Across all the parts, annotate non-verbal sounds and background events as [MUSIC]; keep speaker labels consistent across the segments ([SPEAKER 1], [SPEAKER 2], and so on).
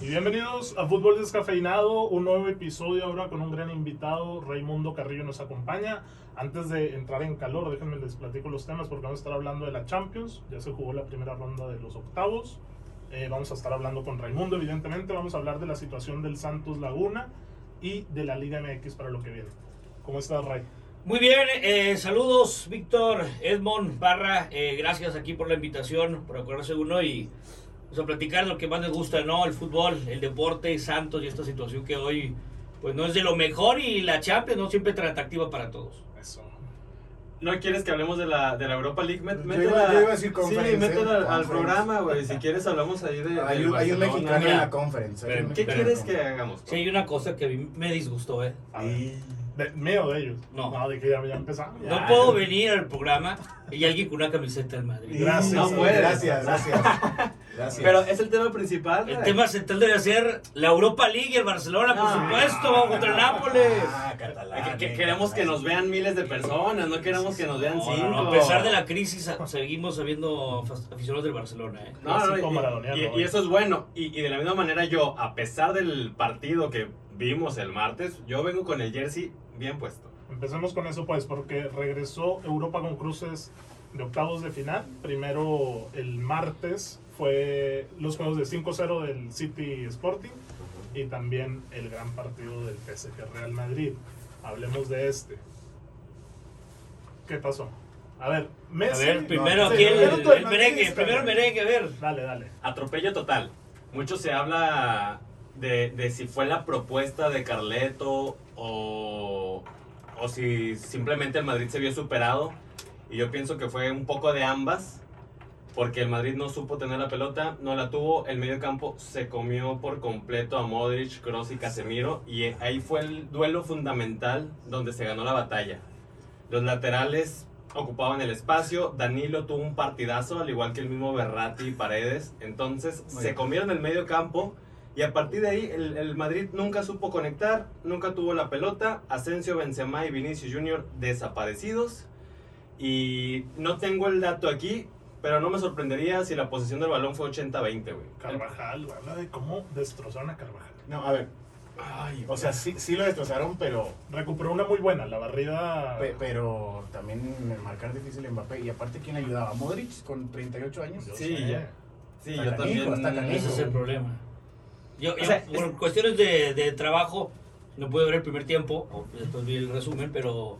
[SPEAKER 1] Y bienvenidos a Fútbol Descafeinado, un nuevo episodio ahora con un gran invitado, Raimundo Carrillo nos acompaña. Antes de entrar en calor, déjenme les platico los temas porque vamos a estar hablando de la Champions, ya se jugó la primera ronda de los octavos, Eh, vamos a estar hablando con Raimundo evidentemente, vamos a hablar de la situación del Santos Laguna y de la Liga MX para lo que viene. ¿Cómo estás, Ray?
[SPEAKER 2] Muy bien, eh, saludos Víctor, Edmond, Barra, eh, gracias aquí por la invitación, por acordarse uno y pues, a platicar lo que más nos gusta, ¿no? El fútbol, el deporte, Santos y esta situación que hoy pues no es de lo mejor y la Champions no siempre tan atractiva para todos.
[SPEAKER 1] Eso.
[SPEAKER 3] ¿No quieres que hablemos de la, de la Europa League? Met-
[SPEAKER 4] Yo
[SPEAKER 3] métela-
[SPEAKER 4] iba- yo iba a decir
[SPEAKER 3] Sí,
[SPEAKER 4] conference,
[SPEAKER 3] métela al,
[SPEAKER 4] eh,
[SPEAKER 3] al
[SPEAKER 4] conference.
[SPEAKER 3] programa, güey. Si quieres, hablamos ahí de.
[SPEAKER 4] Hay
[SPEAKER 3] del
[SPEAKER 4] un, hay un
[SPEAKER 3] Barcelona.
[SPEAKER 4] mexicano en la
[SPEAKER 3] Mira,
[SPEAKER 4] conference. hay un
[SPEAKER 2] Espérame,
[SPEAKER 3] ¿Qué
[SPEAKER 4] mexicano
[SPEAKER 3] quieres
[SPEAKER 4] en
[SPEAKER 3] que
[SPEAKER 4] la
[SPEAKER 3] hagamos?
[SPEAKER 2] Sí, hay una cosa que a mí me disgustó, ¿eh?
[SPEAKER 1] A ver, de, ¿Mío de ellos?
[SPEAKER 2] No.
[SPEAKER 1] de que ya, ya empezamos.
[SPEAKER 2] No puedo venir al programa y alguien con una camiseta del Madrid.
[SPEAKER 4] conference.
[SPEAKER 1] Gracias.
[SPEAKER 3] No puedes. [LAUGHS]
[SPEAKER 4] Gracias, gracias. gracias.
[SPEAKER 3] Pero es el tema principal.
[SPEAKER 2] El
[SPEAKER 3] güey.
[SPEAKER 2] tema central debe ser la Europa League y el Barcelona, por
[SPEAKER 3] No.
[SPEAKER 2] supuesto, vamos contra el Nápoles.
[SPEAKER 4] Ah, catalán,
[SPEAKER 3] Que- que-
[SPEAKER 4] eh,
[SPEAKER 3] queremos que
[SPEAKER 4] catalán.
[SPEAKER 3] nos vean miles de personas, no queremos que nos vean
[SPEAKER 2] No, no,
[SPEAKER 3] cinco.
[SPEAKER 2] no, a pesar de la crisis, a- seguimos habiendo fas- aficionados del Barcelona. ¿eh?
[SPEAKER 3] No, no,
[SPEAKER 1] Clásico
[SPEAKER 3] no, y-
[SPEAKER 1] maradoniano,
[SPEAKER 3] y,
[SPEAKER 1] güey.
[SPEAKER 3] y eso es bueno. Y, y de la misma manera, yo, a pesar del partido que vimos el martes, yo vengo con el jersey bien puesto.
[SPEAKER 1] Empecemos con eso, pues, porque regresó Europa con cruces de octavos de final. Primero, el martes, fue los juegos de 5-0 del City Sporting y también el gran partido del PSG Real Madrid. Hablemos de este. ¿Qué pasó? A ver,
[SPEAKER 2] A
[SPEAKER 1] Messi.
[SPEAKER 2] ver, primero
[SPEAKER 1] sí,
[SPEAKER 2] aquí el,
[SPEAKER 1] primero tú,
[SPEAKER 2] el
[SPEAKER 1] Hernández,
[SPEAKER 2] merengue,
[SPEAKER 1] cabrón.
[SPEAKER 2] primero el merengue, a ver.
[SPEAKER 1] Dale, dale.
[SPEAKER 3] Atropello total. Mucho se habla de, de si fue la propuesta de Carleto o, o si simplemente el Madrid se vio superado. Y yo pienso que fue un poco de ambas, porque el Madrid no supo tener la pelota, no la tuvo. El medio campo se comió por completo a Modric, Kroos y Casemiro. Y ahí fue el duelo fundamental donde se ganó la batalla. Los laterales ocupaban el espacio. Danilo tuvo un partidazo, al igual que el mismo Berratti y Paredes. Entonces
[SPEAKER 4] Muy
[SPEAKER 3] se
[SPEAKER 4] bien.
[SPEAKER 3] comieron el medio campo. Y a partir de ahí, el, el Madrid nunca supo conectar, nunca tuvo la pelota. Asensio, Benzema y Vinicius Jr. desaparecidos. Y no tengo el dato aquí, pero no me sorprendería si la posición del balón fue 80-20, güey.
[SPEAKER 1] Carvajal, güey, habla de cómo destrozaron a Carvajal.
[SPEAKER 4] No, a ver.
[SPEAKER 3] Ay,
[SPEAKER 4] O sea, sí, sí lo destrozaron, pero,
[SPEAKER 1] Recuperó una muy buena, la barrida.
[SPEAKER 4] pe- pero también el marcar difícil Mbappé. Y aparte, ¿quién ayudaba? ¿Modric con 38 años?
[SPEAKER 1] Yo
[SPEAKER 3] sí,
[SPEAKER 1] sé.
[SPEAKER 3] ya. sí,
[SPEAKER 4] está
[SPEAKER 3] yo
[SPEAKER 4] canijo,
[SPEAKER 3] también.
[SPEAKER 4] está canijo.
[SPEAKER 2] Ese es el problema. Yo, yo,
[SPEAKER 3] O sea,
[SPEAKER 2] por cuestiones de, de trabajo, no pude ver el primer tiempo, o después vi el resumen, pero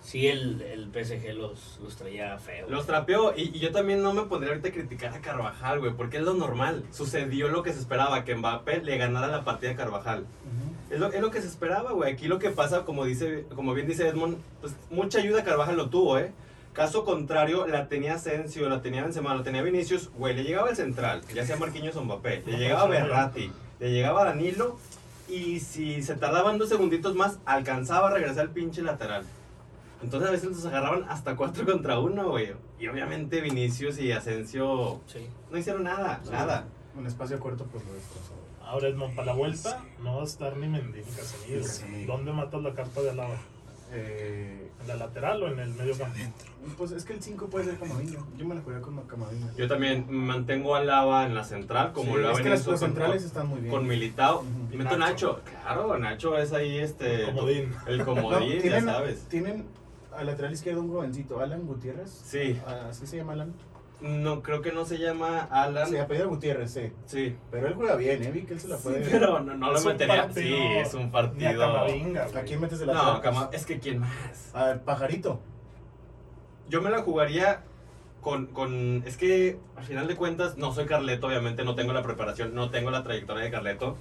[SPEAKER 2] sí el, el PSG los, los traía feo.
[SPEAKER 3] Los trapeó y, y yo también no me pondría ahorita a criticar a Carvajal, güey, porque es lo normal. Sucedió lo que se esperaba, que Mbappé le ganara la partida a Carvajal.
[SPEAKER 4] Ujú.
[SPEAKER 3] Es lo, es lo que se esperaba, güey. Aquí lo que pasa, como, dice, como bien dice Edmond, pues mucha ayuda Carvajal lo tuvo, ¿eh? Caso contrario, la tenía Asensio, la tenía Benzema, la tenía Vinicius, güey, le llegaba el central, ya sea Marquinhos o Mbappé, le llegaba Berratti, le llegaba Danilo, y si se tardaban dos segunditos más, alcanzaba a regresar el pinche lateral. Entonces a veces los agarraban hasta cuatro [LAUGHS] contra uno, güey. Y obviamente Vinicius y Asensio
[SPEAKER 2] Sí.
[SPEAKER 3] no hicieron nada, nada.
[SPEAKER 4] Un espacio corto, pues lo destrozó.
[SPEAKER 1] Ahora Edmond, para la vuelta no va a estar ni Mendy ni Casemiro.
[SPEAKER 4] Sí.
[SPEAKER 1] ¿Dónde matas la carta de al lado?
[SPEAKER 4] Eh,
[SPEAKER 1] ¿En la lateral o en el medio campo?
[SPEAKER 4] pues es que el 5 puede ser Camavinga. Yo me la jugué con Camavinga.
[SPEAKER 3] Yo también mantengo a Lava en la central, como
[SPEAKER 4] Sí,
[SPEAKER 3] lo ha
[SPEAKER 4] es que
[SPEAKER 3] venido
[SPEAKER 4] las, las
[SPEAKER 3] con-
[SPEAKER 4] centrales están muy bien.
[SPEAKER 3] con Militao.
[SPEAKER 4] Ujú.
[SPEAKER 3] Y meto
[SPEAKER 1] Nacho.
[SPEAKER 3] Nacho. Claro, Nacho es ahí este.
[SPEAKER 1] Comodín.
[SPEAKER 3] El
[SPEAKER 4] No,
[SPEAKER 3] comodín, ya
[SPEAKER 4] tienen-
[SPEAKER 3] sabes.
[SPEAKER 4] Tienen al lateral izquierdo un jovencito, Alan Gutiérrez. Ah,
[SPEAKER 3] Sí.
[SPEAKER 4] Así se llama Alan.
[SPEAKER 3] No, creo que no se llama Alan.
[SPEAKER 4] Se
[SPEAKER 3] Sí.
[SPEAKER 4] llama apellida Gutiérrez, sí. Pero él juega bien, ¿eh? Vi que él se la puede.
[SPEAKER 3] Sí, pero no, no lo
[SPEAKER 1] Es un
[SPEAKER 3] metería.
[SPEAKER 1] partido-
[SPEAKER 3] Sí, es un
[SPEAKER 1] Ni a
[SPEAKER 3] partido.
[SPEAKER 1] Camavinga, güey.
[SPEAKER 4] ¿A quién metes el lateral?
[SPEAKER 3] No, Cama- es que quién más.
[SPEAKER 4] A ver, Pajarito.
[SPEAKER 3] Yo me la jugaría con, con. Es que al final de cuentas, no soy Carleto, obviamente, no tengo la preparación, no tengo la trayectoria de Carleto.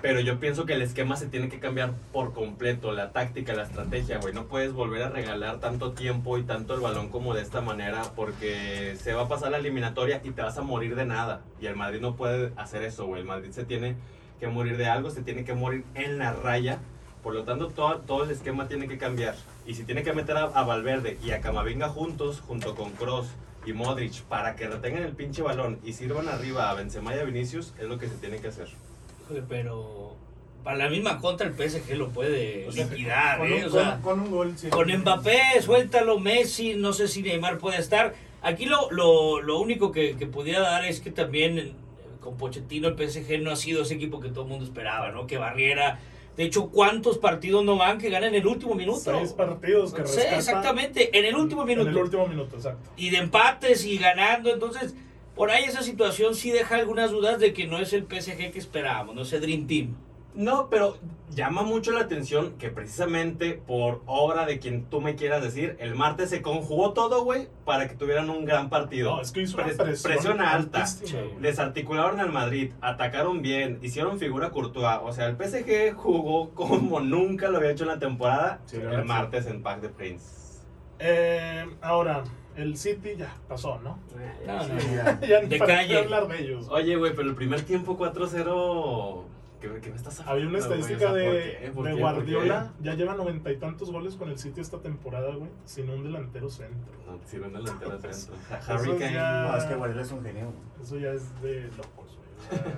[SPEAKER 3] Pero yo pienso que el esquema se tiene que cambiar por completo, la táctica, la estrategia, güey. No puedes volver a regalar tanto tiempo y tanto el balón como de esta manera, porque se va a pasar la eliminatoria y te vas a morir de nada. Y el Madrid no puede hacer eso, güey. El Madrid se tiene que morir de algo, se tiene que morir en la raya. Por lo tanto, todo, todo el esquema tiene que cambiar. Y si tiene que meter a, a Valverde y a Camavinga juntos, junto con Cross y Modric, para que retengan el pinche balón y sirvan arriba a Benzema y a Vinicius, es lo que se tiene que hacer.
[SPEAKER 2] Híjole, pero para la misma contra el PSG lo puede
[SPEAKER 4] O sea,
[SPEAKER 2] liquidar,
[SPEAKER 4] con,
[SPEAKER 2] ¿eh?
[SPEAKER 4] un,
[SPEAKER 2] O sea,
[SPEAKER 4] con- con un gol, sí.
[SPEAKER 2] Con Mbappé, suéltalo, Messi, no sé si Neymar puede estar. Aquí lo, lo, lo único que, que pudiera dar es que también, eh, con Pochettino el PSG no ha sido ese equipo que todo el mundo esperaba, ¿no? Que barriera. De hecho, ¿cuántos partidos no van que ganan en el último minuto?
[SPEAKER 1] Seis partidos que
[SPEAKER 2] Sí,
[SPEAKER 1] rescata
[SPEAKER 2] exactamente, en el último
[SPEAKER 1] en
[SPEAKER 2] minuto.
[SPEAKER 1] el último minuto, exacto.
[SPEAKER 2] Y de empates y ganando, entonces, por ahí esa situación sí deja algunas dudas de que no es el PSG que esperábamos, no es el Dream Team.
[SPEAKER 3] No, pero llama mucho la atención que precisamente por obra de quien tú me quieras decir, el martes se conjugó todo, güey, para que tuvieran un gran partido.
[SPEAKER 1] No, es que hizo una
[SPEAKER 3] Pres-
[SPEAKER 1] presión,
[SPEAKER 3] presión alta.
[SPEAKER 1] altísima,
[SPEAKER 2] Sí.
[SPEAKER 1] güey.
[SPEAKER 3] Desarticularon al Madrid, atacaron bien, hicieron figura Courtois. O sea, el PSG jugó como nunca lo había hecho en la temporada
[SPEAKER 4] Sí, la verdad,
[SPEAKER 3] el
[SPEAKER 4] sí.
[SPEAKER 3] martes en Pack de Prince.
[SPEAKER 1] Eh, ahora, el City ya pasó, ¿no? [LAUGHS]
[SPEAKER 2] No, no,
[SPEAKER 4] Sí,
[SPEAKER 2] no.
[SPEAKER 4] ya.
[SPEAKER 1] Ya ni
[SPEAKER 2] De
[SPEAKER 1] para
[SPEAKER 2] calle.
[SPEAKER 1] qué hablar de ellos.
[SPEAKER 3] Oye, güey, pero el primer tiempo 4-0... ¿Qué, qué me estás hablando,
[SPEAKER 1] Había una
[SPEAKER 3] güey? O sea,
[SPEAKER 1] estadística
[SPEAKER 3] Ah, ¿por
[SPEAKER 1] de,
[SPEAKER 3] qué? ¿Por
[SPEAKER 1] de
[SPEAKER 3] qué? ¿Por qué?
[SPEAKER 1] Guardiola, ya lleva noventa y tantos goles con el City esta temporada, güey, sin un delantero centro.
[SPEAKER 3] No, sí, no, delantero del centro. O sea,
[SPEAKER 1] [LAUGHS] Eso
[SPEAKER 3] Harry Kane.
[SPEAKER 1] ya-
[SPEAKER 4] No, es que Guardiola es un genio.
[SPEAKER 1] Eso ya es de locos, güey. O sea,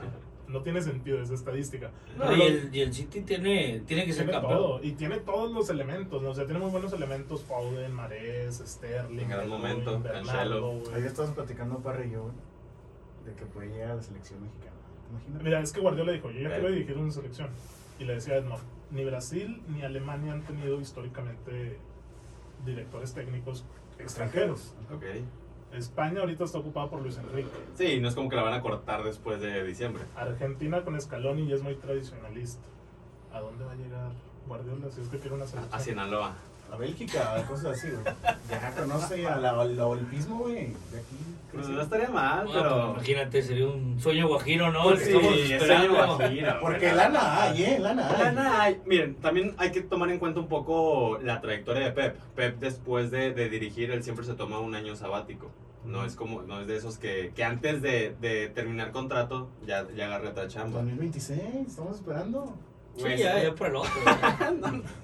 [SPEAKER 1] no tiene sentido esa estadística.
[SPEAKER 2] No, y, el, y el City tiene, tiene que ser
[SPEAKER 1] Tiene
[SPEAKER 2] campeón.
[SPEAKER 1] todo, y tiene todos los elementos, ¿no? o sea, tiene muy buenos elementos, Foden, Marés, Sterling,
[SPEAKER 3] En gran
[SPEAKER 1] Bellerín,
[SPEAKER 3] momento, Cancelo.
[SPEAKER 1] güey.
[SPEAKER 4] Ayer estábamos platicando, Parra y yo, güey, de que puede llegar a la selección mexicana. Imagínate.
[SPEAKER 1] Mira, es que Guardiola dijo, yo ya
[SPEAKER 3] Eh.
[SPEAKER 1] quiero dirigir una selección. Y le decía a Edmond, ni Brasil ni Alemania han tenido históricamente directores técnicos extranjeros.
[SPEAKER 3] Ok.
[SPEAKER 1] España ahorita está ocupada por Luis Enrique.
[SPEAKER 3] Sí, no es como que la van a cortar después de diciembre.
[SPEAKER 1] Argentina con Scaloni ya es muy tradicionalista. ¿A dónde va a llegar Guardiola si es que quiere una selección?
[SPEAKER 3] A Sinaloa.
[SPEAKER 4] A Bélgica, a cosas así, güey. Ya conoce a la- al olimpismo, güey. De aquí.
[SPEAKER 3] Pues no estaría
[SPEAKER 2] No,
[SPEAKER 3] mal,
[SPEAKER 2] pues,
[SPEAKER 3] pero. Pues
[SPEAKER 2] imagínate, sería un sueño guajiro, ¿no? El que
[SPEAKER 3] Sí,
[SPEAKER 2] estamos
[SPEAKER 3] ese
[SPEAKER 2] esperando.
[SPEAKER 3] año vacila, güey.
[SPEAKER 4] Porque lana hay, ¿eh? Lana hay.
[SPEAKER 3] Lana hay. Miren, también hay que tomar en cuenta un poco la trayectoria de Pep. Pep, después de, de dirigir, él siempre se toma un año sabático. No es como, no es de esos que, que antes de, de terminar contrato ya, ya agarré otra chamba.
[SPEAKER 4] 2026, estamos esperando.
[SPEAKER 2] Sí,
[SPEAKER 3] Güey,
[SPEAKER 2] ya,
[SPEAKER 3] sí.
[SPEAKER 2] ya por el otro.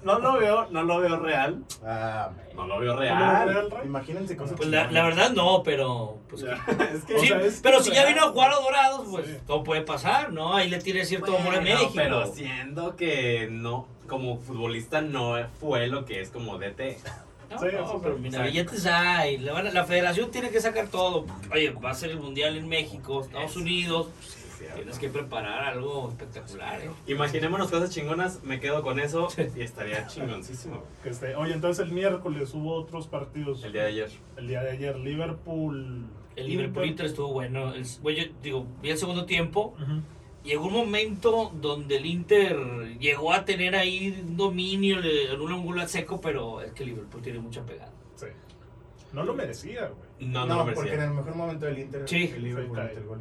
[SPEAKER 3] No lo veo, no lo veo real.
[SPEAKER 4] Ah,
[SPEAKER 3] No lo veo
[SPEAKER 1] ¿Cómo lo
[SPEAKER 3] real.
[SPEAKER 1] veo? Real, Rey?
[SPEAKER 4] imagínense cosas
[SPEAKER 2] Pues la, la verdad no, pero... Pues,
[SPEAKER 3] Es
[SPEAKER 2] Sí,
[SPEAKER 1] sea, es
[SPEAKER 2] pero
[SPEAKER 1] que
[SPEAKER 2] si ya
[SPEAKER 1] real.
[SPEAKER 2] vino a jugar a Dorados, pues
[SPEAKER 1] Sí.
[SPEAKER 2] todo puede pasar, ¿no? Ahí le tiene cierto amor a
[SPEAKER 3] Bueno,
[SPEAKER 2] México.
[SPEAKER 3] Pero siendo que no, como futbolista no fue lo que es como DT.
[SPEAKER 2] No,
[SPEAKER 1] Sí,
[SPEAKER 2] no,
[SPEAKER 1] eso
[SPEAKER 2] pero
[SPEAKER 1] sí.
[SPEAKER 2] mira,
[SPEAKER 3] Exacto.
[SPEAKER 2] billetes hay. La, van a- la federación tiene que sacar todo. Oye, va a ser el mundial en México, Estados Unidos. Tienes que preparar algo espectacular, ¿eh?
[SPEAKER 3] Imaginémonos cosas chingonas, me quedo con eso y estaría chingoncísimo.
[SPEAKER 1] Que esté- Oye, entonces el miércoles hubo otros partidos.
[SPEAKER 3] El día de ayer.
[SPEAKER 1] El día de ayer, Liverpool.
[SPEAKER 2] El Liverpool
[SPEAKER 1] Inter.
[SPEAKER 2] Inter estuvo bueno. El, bueno, yo digo, vi el segundo tiempo.
[SPEAKER 1] Ujú.
[SPEAKER 2] Llegó un momento donde el Inter llegó a tener ahí un dominio le- en un ángulo al seco, pero es que el Liverpool tiene mucha pegada.
[SPEAKER 1] Sí. No lo merecía, güey.
[SPEAKER 3] No,
[SPEAKER 4] No,
[SPEAKER 3] no, lo
[SPEAKER 4] porque en el
[SPEAKER 3] merecía.
[SPEAKER 4] mejor momento del Inter,
[SPEAKER 2] Sí.
[SPEAKER 4] el Liverpool
[SPEAKER 1] Sí,
[SPEAKER 4] mete el gol.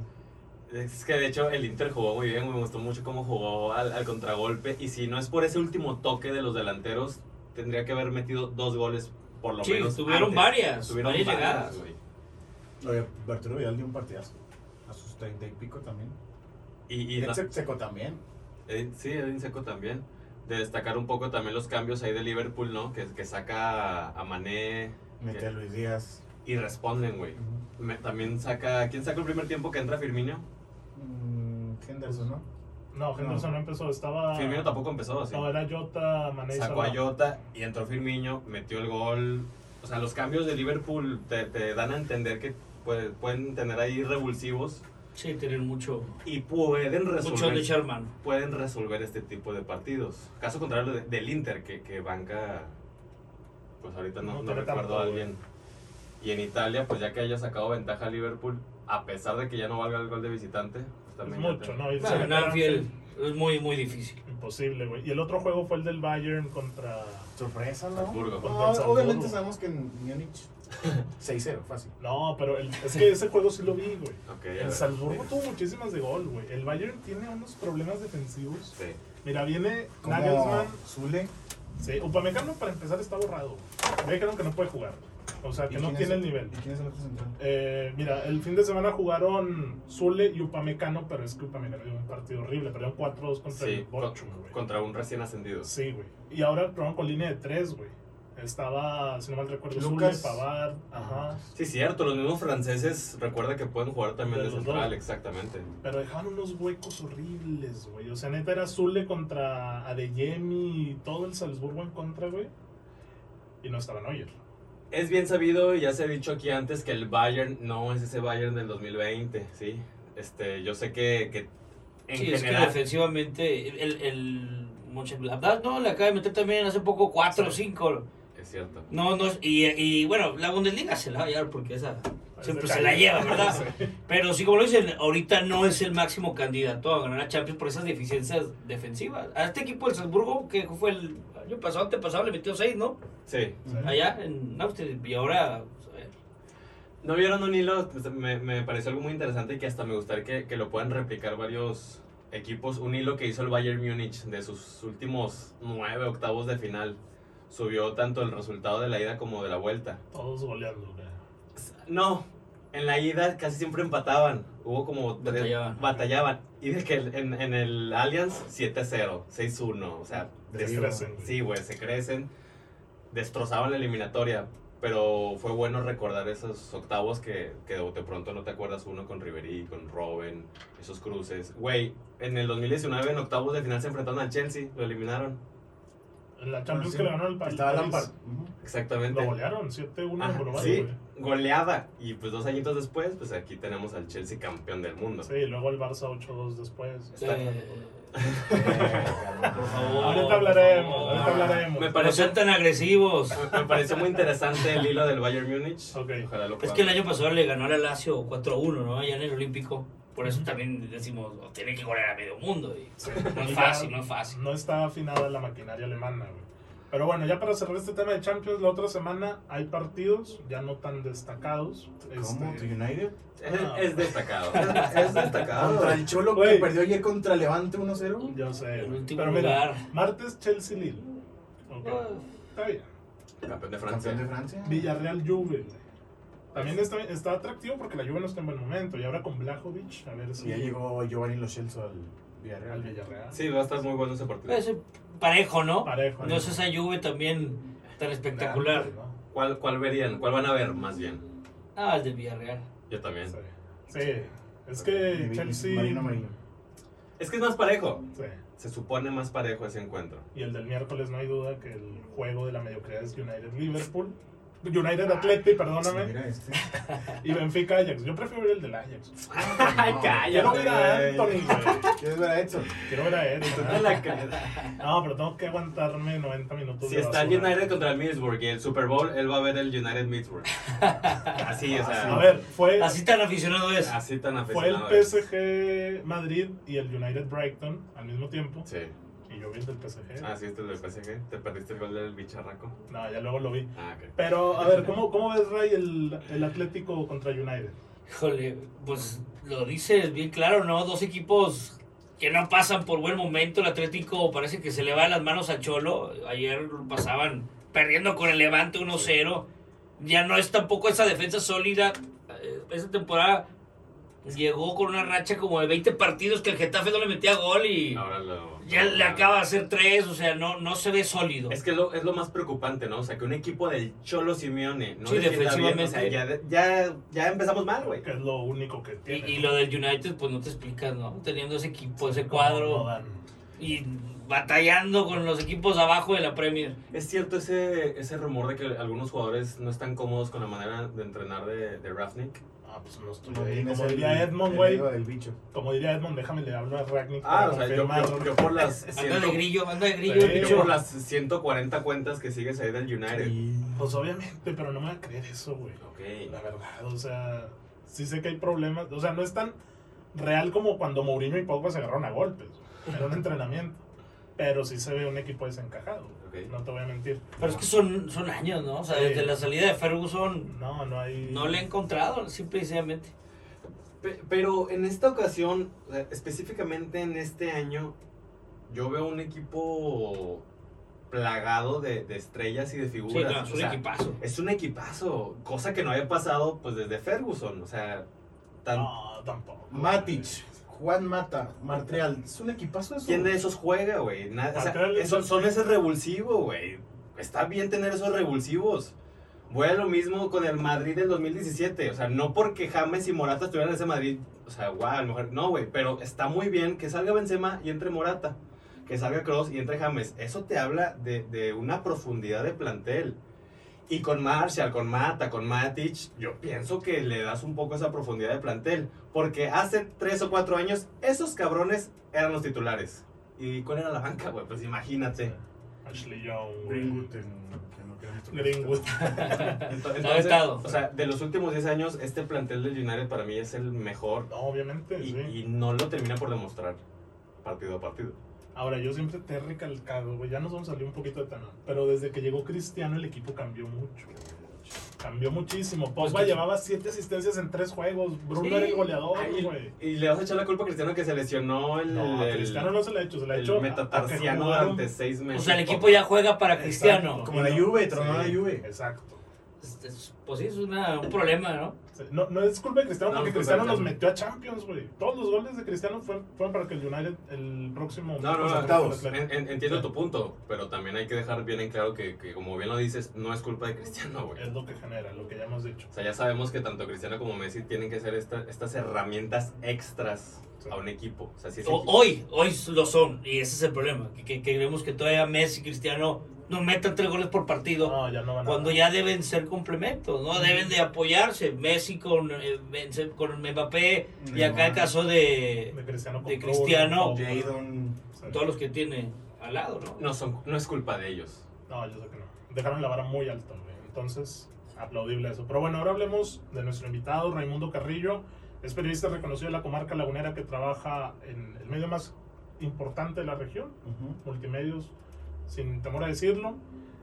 [SPEAKER 3] Es que de hecho el Inter jugó muy bien, me gustó mucho cómo jugó al, al contragolpe. Y si no es por ese último toque de los delanteros, tendría que haber metido dos goles por lo
[SPEAKER 2] Sí,
[SPEAKER 3] menos.
[SPEAKER 2] tuvieron
[SPEAKER 3] antes.
[SPEAKER 2] varias,
[SPEAKER 3] Tuvieron
[SPEAKER 2] varias
[SPEAKER 3] varias,
[SPEAKER 2] llegadas.
[SPEAKER 3] güey.
[SPEAKER 4] Oye, Arturo Vidal dio un partidazo. A sus 30 y pico también.
[SPEAKER 3] Y,
[SPEAKER 4] Y
[SPEAKER 3] y no-
[SPEAKER 4] Edson Seco también.
[SPEAKER 3] Edin- sí, Edin Seco también. De destacar un poco también los cambios ahí de Liverpool, ¿no? Que, que saca a Mané
[SPEAKER 4] Mete
[SPEAKER 3] ¿Qué?
[SPEAKER 4] a Luis Díaz.
[SPEAKER 3] y responden, güey. Me- También saca... ¿Quién saca el primer tiempo que entra Firmino?
[SPEAKER 4] Mm, Henderson, ¿no?
[SPEAKER 1] No, Henderson no, empezó. Estaba.
[SPEAKER 3] Firmino tampoco empezó, así.
[SPEAKER 1] Ah. No, era Jota, Mané y
[SPEAKER 3] Sacó a
[SPEAKER 1] Salah.
[SPEAKER 3] Jota y entró Firmino, metió el gol. O sea, los cambios de Liverpool te, te dan a entender que puede- pueden tener ahí revulsivos
[SPEAKER 2] Sí, tienen mucho,
[SPEAKER 3] y pueden
[SPEAKER 2] mucho de
[SPEAKER 3] resolver,
[SPEAKER 2] echar mano.
[SPEAKER 3] pueden resolver este tipo de partidos. Caso contrario de- del Inter, que, que banca, pues ahorita no,
[SPEAKER 1] No
[SPEAKER 3] no
[SPEAKER 1] tiene
[SPEAKER 3] recuerdo
[SPEAKER 1] tanto,
[SPEAKER 3] a alguien. Y en Italia, pues ya que haya sacado ventaja a Liverpool, a pesar de que ya no valga el gol de visitante, pues
[SPEAKER 1] Es
[SPEAKER 3] también ya
[SPEAKER 1] mucho,
[SPEAKER 3] te-
[SPEAKER 1] ¿no? Y
[SPEAKER 2] No,
[SPEAKER 1] se le
[SPEAKER 2] no,
[SPEAKER 1] pegan-
[SPEAKER 2] fiel, es muy, muy difícil.
[SPEAKER 1] Imposible, güey. Y el otro juego fue el del Bayern contra.
[SPEAKER 4] Sorpresa, ¿no?
[SPEAKER 3] Salzburgo.
[SPEAKER 4] No,
[SPEAKER 1] Salzburgo.
[SPEAKER 4] obviamente sabemos que en Múnich [LAUGHS] 6-0, fácil.
[SPEAKER 1] No, pero el- es que ese juego sí lo vi, güey.
[SPEAKER 3] Ok, a
[SPEAKER 1] El
[SPEAKER 3] ver.
[SPEAKER 1] Salzburgo tuvo muchísimas de gol, güey. El Bayern tiene unos problemas defensivos.
[SPEAKER 3] Sí.
[SPEAKER 1] Mira, viene
[SPEAKER 4] Como
[SPEAKER 1] Nagelsmann.
[SPEAKER 4] Zule.
[SPEAKER 1] Sí, Upamecano para empezar está borrado. güey. Ya creo que no puede jugar. O sea,
[SPEAKER 4] ¿Y
[SPEAKER 1] que no
[SPEAKER 4] quién es
[SPEAKER 1] tiene el nivel.
[SPEAKER 4] ¿Y quién es el otro central?
[SPEAKER 1] Eh, mira, el fin de semana jugaron Zule y Upamecano, pero es que Upamecano dio un partido horrible. Perdieron 4-2 contra el
[SPEAKER 3] Sí, con-
[SPEAKER 1] Bochum, güey.
[SPEAKER 3] contra un recién ascendido.
[SPEAKER 1] Sí, güey. Y ahora probaron con línea de 3, güey. Estaba, si no mal recuerdo,
[SPEAKER 4] Lucas.
[SPEAKER 1] Zule, Pavard, ajá.
[SPEAKER 3] Sí, cierto, los mismos franceses recuerda que pueden jugar también
[SPEAKER 1] De
[SPEAKER 3] de
[SPEAKER 1] los
[SPEAKER 3] central,
[SPEAKER 1] dos.
[SPEAKER 3] exactamente.
[SPEAKER 1] Pero dejaban unos huecos horribles, güey. O sea, neta era Zule contra Adeyemi y todo el Salzburgo en contra, güey. Y no estaban Neuer.
[SPEAKER 3] Es bien sabido y ya se ha dicho aquí antes que el Bayern no es ese Bayern del 2020, ¿sí? Este, yo sé que, que en
[SPEAKER 2] sí, es que
[SPEAKER 3] general.
[SPEAKER 2] defensivamente el, el Mönchengladbach, no, le acaba de meter también hace poco 4 o 5.
[SPEAKER 3] es cierto.
[SPEAKER 2] No, no, es- y, y bueno, la Bundesliga se la va a llevar porque esa siempre
[SPEAKER 1] de
[SPEAKER 2] se la
[SPEAKER 1] calle.
[SPEAKER 2] lleva, ¿verdad? Pero sí, como lo dicen, ahorita no es el máximo candidato a ganar a Champions por esas deficiencias defensivas. A este equipo del Salzburgo, que fue el año pasado, antepasado, le metió 6, ¿no?
[SPEAKER 3] Sí.
[SPEAKER 2] Allá en Austria, y ahora... pues, a ver.
[SPEAKER 3] ¿No vieron un hilo? Pues, Me, me pareció algo muy interesante que hasta me gustaría que, que lo puedan replicar varios equipos. Un hilo que hizo el Bayern Múnich de sus últimos nueve octavos de final. Subió tanto el resultado de la ida como de la vuelta.
[SPEAKER 1] Todos goleando, güey.
[SPEAKER 3] No, en la ida casi siempre empataban. Hubo como tres-
[SPEAKER 2] Batallaban.
[SPEAKER 3] batallaban. Y de que el- en, en el Allianz 7-0, 6-1. O sea,
[SPEAKER 4] Derriba.
[SPEAKER 1] Descrecen, güey.
[SPEAKER 3] Sí, güey, se crecen. Destrozaban la eliminatoria. Pero fue bueno recordar esos octavos que, que de pronto no te acuerdas uno con Ribery, con Robben, esos cruces. Güey, en el 2019 en octavos de final se enfrentaron al Chelsea, lo eliminaron.
[SPEAKER 1] En la Champions que le ganó el París.
[SPEAKER 4] Estaba Lampard.
[SPEAKER 3] Exactamente.
[SPEAKER 1] Lo golearon 7-1 en
[SPEAKER 3] Ajá,
[SPEAKER 1] global,
[SPEAKER 3] Ah, sí,
[SPEAKER 1] güey.
[SPEAKER 3] goleada. Y pues dos añitos después, pues aquí tenemos al Chelsea campeón del mundo.
[SPEAKER 1] Sí, y luego el Barça 8-2 después.
[SPEAKER 3] Está-
[SPEAKER 2] Eh,
[SPEAKER 4] Por
[SPEAKER 2] favor.
[SPEAKER 1] ahorita hablaremos,
[SPEAKER 2] no,
[SPEAKER 1] ahorita
[SPEAKER 2] no.
[SPEAKER 1] hablaremos.
[SPEAKER 3] Me
[SPEAKER 2] no
[SPEAKER 3] parece-
[SPEAKER 2] sean tan agresivos.
[SPEAKER 3] Me pareció muy interesante el hilo del Bayern Múnich.
[SPEAKER 1] Ok.
[SPEAKER 3] Ojalá lo
[SPEAKER 2] Es
[SPEAKER 3] puedan
[SPEAKER 2] que el año pasado le ganó a la Lazio 4-1, ¿no? Allá en el Olímpico. Por eso también decimos, "Oh, tiene que golear a medio mundo. y no
[SPEAKER 1] Y
[SPEAKER 2] es
[SPEAKER 1] ya
[SPEAKER 2] fácil, no es fácil.
[SPEAKER 1] No está afinada la maquinaria alemana, güey. Pero bueno, ya para cerrar este tema de Champions, la otra semana hay partidos ya no tan destacados.
[SPEAKER 4] ¿Cómo?
[SPEAKER 1] Este,
[SPEAKER 4] ¿The United?
[SPEAKER 3] Es,
[SPEAKER 1] Ah. [LAUGHS]
[SPEAKER 3] es destacado. Es, es destacado.
[SPEAKER 4] Contra el Cholo que
[SPEAKER 1] Güey.
[SPEAKER 4] perdió ayer contra Levante 1-0.
[SPEAKER 1] yo sé.
[SPEAKER 2] El
[SPEAKER 1] güey.
[SPEAKER 2] último
[SPEAKER 1] Pero mira,
[SPEAKER 2] lugar.
[SPEAKER 1] martes Chelsea-Lille. Ok,
[SPEAKER 2] Ah,
[SPEAKER 1] está bien.
[SPEAKER 3] Campeón de Francia.
[SPEAKER 4] Campeón de Francia.
[SPEAKER 1] Villarreal-Juve. También está, está atractivo porque la Juve no está en buen momento. Y ahora con Blajovic, a ver
[SPEAKER 4] Y
[SPEAKER 1] si
[SPEAKER 4] ya llegó Giovanni Lo Celso al
[SPEAKER 1] al
[SPEAKER 4] Villarreal.
[SPEAKER 1] Villarreal.
[SPEAKER 3] Sí, va a estar muy bueno ese partido.
[SPEAKER 2] Es parejo, ¿no?
[SPEAKER 1] Parejo,
[SPEAKER 2] No
[SPEAKER 1] ¿no?
[SPEAKER 2] es esa lluvia también tan espectacular.
[SPEAKER 1] ¿no?
[SPEAKER 3] ¿Cuál, ¿Cuál verían? ¿Cuál van a ver más bien?
[SPEAKER 2] Ah, el del Villarreal.
[SPEAKER 3] Yo también.
[SPEAKER 1] Sí. Sí. Es que
[SPEAKER 4] Y- y
[SPEAKER 1] Chelsea.
[SPEAKER 4] Marino Marino.
[SPEAKER 3] Es que es más parejo.
[SPEAKER 1] Sí.
[SPEAKER 3] Se supone más parejo ese
[SPEAKER 1] [LAUGHS]
[SPEAKER 3] encuentro.
[SPEAKER 1] Y el del miércoles no hay duda que el juego de la mediocridad es United Liverpool. United Atleti, perdóname.
[SPEAKER 4] Mira [LAUGHS] este.
[SPEAKER 1] Y Benfica Ajax. Yo prefiero ver el del Ajax.
[SPEAKER 3] Ay,
[SPEAKER 1] Quiero ver a Anthony,
[SPEAKER 4] [LAUGHS]
[SPEAKER 1] güey.
[SPEAKER 4] ¿Quieres ver a Edson?
[SPEAKER 1] Quiero ver a Edson.
[SPEAKER 3] No la creas.
[SPEAKER 1] No, pero tengo que aguantarme 90 minutos.
[SPEAKER 3] Si
[SPEAKER 1] de
[SPEAKER 3] está el
[SPEAKER 1] basura.
[SPEAKER 3] United contra el Middlesbrough y el Super Bowl, él va a ver el United Middlesbrough.
[SPEAKER 1] [LAUGHS]
[SPEAKER 3] Así, o sea.
[SPEAKER 1] A ver, fue,
[SPEAKER 2] Así tan aficionado es.
[SPEAKER 1] Ah.
[SPEAKER 3] Así tan
[SPEAKER 1] fue el
[SPEAKER 3] aficionado. Ah, es.
[SPEAKER 1] PSG Madrid y el United Brighton al mismo tiempo.
[SPEAKER 3] Sí.
[SPEAKER 1] Y yo vi el del PSG.
[SPEAKER 3] Ah, sí, este es del PSG. Te perdiste el gol del bicharraco.
[SPEAKER 1] No, ya luego lo vi.
[SPEAKER 3] Ah, ok.
[SPEAKER 1] Pero, a ver, ¿cómo, cómo ves, Ray, el, el Atlético contra United?
[SPEAKER 2] Híjole, pues lo dices bien claro, ¿no? Dos equipos que no pasan por buen momento. El Atlético parece que se le va de las manos a Cholo. Ayer lo pasaban perdiendo con el Levante 1-0. Ya no es tampoco esa defensa sólida. Eh, Esa temporada llegó con una racha como de 20 partidos que el Getafe no le metía gol y
[SPEAKER 3] Ahora lo.
[SPEAKER 2] ya le acaba de hacer tres. O sea, no, no se ve sólido.
[SPEAKER 3] Es que lo- es lo más preocupante, ¿no? O sea, que un equipo del Cholo Simeone no
[SPEAKER 2] Sí,
[SPEAKER 3] defienda bien, o sea,
[SPEAKER 2] defensivamente.
[SPEAKER 3] ya, ya, ya empezamos mal, Ah, güey.
[SPEAKER 1] Que es lo único que
[SPEAKER 2] Y,
[SPEAKER 1] tiene.
[SPEAKER 2] y lo del United, pues no te explicas, ¿no? Teniendo ese equipo, ese
[SPEAKER 1] No,
[SPEAKER 2] cuadro.
[SPEAKER 1] no dan.
[SPEAKER 2] y batallando con los equipos abajo de la Premier.
[SPEAKER 3] Es cierto ese, ese rumor de que algunos jugadores no están cómodos con la manera de entrenar de, de Rafnik.
[SPEAKER 1] Ah, pues no estoy
[SPEAKER 4] No
[SPEAKER 1] ahí.
[SPEAKER 4] tienes
[SPEAKER 1] Como
[SPEAKER 4] el-
[SPEAKER 1] diría Edmond,
[SPEAKER 4] el
[SPEAKER 1] güey.
[SPEAKER 4] dedo del bicho.
[SPEAKER 1] Como diría Edmond, déjame le hablo a Ragnick.
[SPEAKER 3] Ah,
[SPEAKER 1] para
[SPEAKER 3] o sea, yo,
[SPEAKER 1] confirmar.
[SPEAKER 3] yo- yo por las
[SPEAKER 2] Anda de
[SPEAKER 3] ciento-
[SPEAKER 2] grillo, anda de grillo,
[SPEAKER 1] Sí,
[SPEAKER 2] bicho.
[SPEAKER 3] yo por las 140 cuentas que sigues ahí del United.
[SPEAKER 1] Pues obviamente, pero no me va a creer eso, güey. La
[SPEAKER 3] Ok.
[SPEAKER 1] verdad, o sea, sí sé que hay problemas. O sea, no es tan real como cuando Mourinho y Pogba se agarraron a golpes. Era
[SPEAKER 2] [LAUGHS]
[SPEAKER 1] un entrenamiento. Pero sí se ve un equipo desencajado.
[SPEAKER 3] Ok.
[SPEAKER 1] No te voy a mentir.
[SPEAKER 2] Pero es que son, son años, ¿no? O sea,
[SPEAKER 1] Sí.
[SPEAKER 2] desde la salida de Ferguson
[SPEAKER 1] No, no hay.
[SPEAKER 2] no le he encontrado, simple y sencillamente.
[SPEAKER 3] Pe- Pero en esta ocasión, o sea, específicamente en este año, yo veo un equipo plagado de, de estrellas y de figuras.
[SPEAKER 2] Sí, no, es
[SPEAKER 3] O
[SPEAKER 2] un
[SPEAKER 3] sea,
[SPEAKER 2] equipazo.
[SPEAKER 3] Es un equipazo, cosa que no había pasado pues desde Ferguson, o sea, tan-
[SPEAKER 1] No, tampoco.
[SPEAKER 4] Matic, Juan Mata, Martreal. Es un equipazo eso.
[SPEAKER 3] ¿Quién de esos juega, güey? Na- o sea,
[SPEAKER 1] Martel.
[SPEAKER 3] eso- son ese revulsivo, güey. Está bien tener esos revulsivos. Voy a lo mismo con el Madrid del 2017. O sea, no porque James y Morata estuvieran en ese Madrid. O sea, guau, a lo mejor. No, güey, pero está muy bien que salga Benzema y entre Morata. Que salga Cross y entre James. Eso te habla de, de una profundidad de plantel. Y con Marshall, con Mata, con Matic, yo pienso que le das un poco esa profundidad de plantel. Porque hace tres o cuatro años, esos cabrones eran los titulares. ¿Y cuál era la banca, güey?
[SPEAKER 1] [LAUGHS]
[SPEAKER 3] Pues imagínate.
[SPEAKER 1] Ashley Young, güey.
[SPEAKER 4] Greenwood, en- que no queremos tocar.
[SPEAKER 1] Greenwood.
[SPEAKER 3] Ento-
[SPEAKER 2] vetado.
[SPEAKER 3] o sea, de los últimos 10 años, este plantel del United para mí es el mejor.
[SPEAKER 1] [LAUGHS] No, obviamente,
[SPEAKER 3] Y,
[SPEAKER 1] sí.
[SPEAKER 3] y no lo termina por demostrar partido a partido.
[SPEAKER 1] Ahora, yo siempre te he recalcado, güey, ya nos vamos a salir un poquito de tema, pero desde que llegó Cristiano el equipo cambió mucho. Cambió muchísimo. Pogba
[SPEAKER 2] Pues que-
[SPEAKER 1] llevaba siete asistencias en tres juegos. Bruno
[SPEAKER 3] Sí.
[SPEAKER 1] era el goleador,
[SPEAKER 3] Ay,
[SPEAKER 1] güey.
[SPEAKER 3] Y le vas a echar la culpa a Cristiano que se lesionó el,
[SPEAKER 1] No, a
[SPEAKER 3] el-
[SPEAKER 1] Cristiano no se la ha hecho, se la ha
[SPEAKER 3] el
[SPEAKER 1] hecho a- a que
[SPEAKER 3] metatarsiano
[SPEAKER 1] jugaron-
[SPEAKER 3] durante seis meses.
[SPEAKER 2] O sea, el equipo ya juega para Cristiano.
[SPEAKER 1] Exacto.
[SPEAKER 4] Como la Juve, tronó
[SPEAKER 1] Sí,
[SPEAKER 4] la Juve.
[SPEAKER 1] Exacto.
[SPEAKER 2] Es- es- Pues sí, es una- un problema, ¿no?
[SPEAKER 1] Sí, No, no es culpa de Cristiano
[SPEAKER 3] No,
[SPEAKER 1] porque
[SPEAKER 3] es culpa
[SPEAKER 1] Cristiano
[SPEAKER 3] de
[SPEAKER 1] nos
[SPEAKER 3] Cristiano.
[SPEAKER 1] metió a Champions, güey. Todos los goles de Cristiano fueron, fueron para que el United el próximo.
[SPEAKER 3] No, no, no,
[SPEAKER 4] octavos.
[SPEAKER 3] En- en- entiendo tu punto, pero también hay que dejar bien en claro que, que, como bien lo dices, no es culpa de Cristiano, güey.
[SPEAKER 1] Es lo que genera, lo que ya hemos dicho.
[SPEAKER 3] O sea, ya sabemos que tanto Cristiano como Messi tienen que ser esta- estas herramientas extras
[SPEAKER 1] Sí.
[SPEAKER 3] a un equipo. O sea, si ese
[SPEAKER 2] O-
[SPEAKER 3] equipo-
[SPEAKER 2] hoy, hoy lo son. Y ese es el problema. Que, que, que vemos que todavía Messi y Cristiano no metan tres goles por partido.
[SPEAKER 1] No, ya no van a.
[SPEAKER 2] cuando ya deben ser complementos, ¿no? Deben de apoyarse. Messi con, eh, Benzema- con Mbappé y acá el caso de
[SPEAKER 1] De Cristiano. con
[SPEAKER 2] de
[SPEAKER 1] Kroos,
[SPEAKER 2] Cristiano.
[SPEAKER 1] con Pogba.
[SPEAKER 4] Jadon.
[SPEAKER 1] Sí.
[SPEAKER 2] todos los que tiene al lado, ¿no?
[SPEAKER 3] no, son, no es culpa de ellos.
[SPEAKER 1] No, yo sé que no. Dejaron la vara muy alta, güey. Entonces, aplaudible eso. Pero bueno, ahora hablemos de nuestro invitado, Raimundo Carrillo. Es periodista reconocido de la comarca lagunera que trabaja en el medio más importante de la región,
[SPEAKER 4] Ujú.
[SPEAKER 1] multimedios, sin temor a decirlo.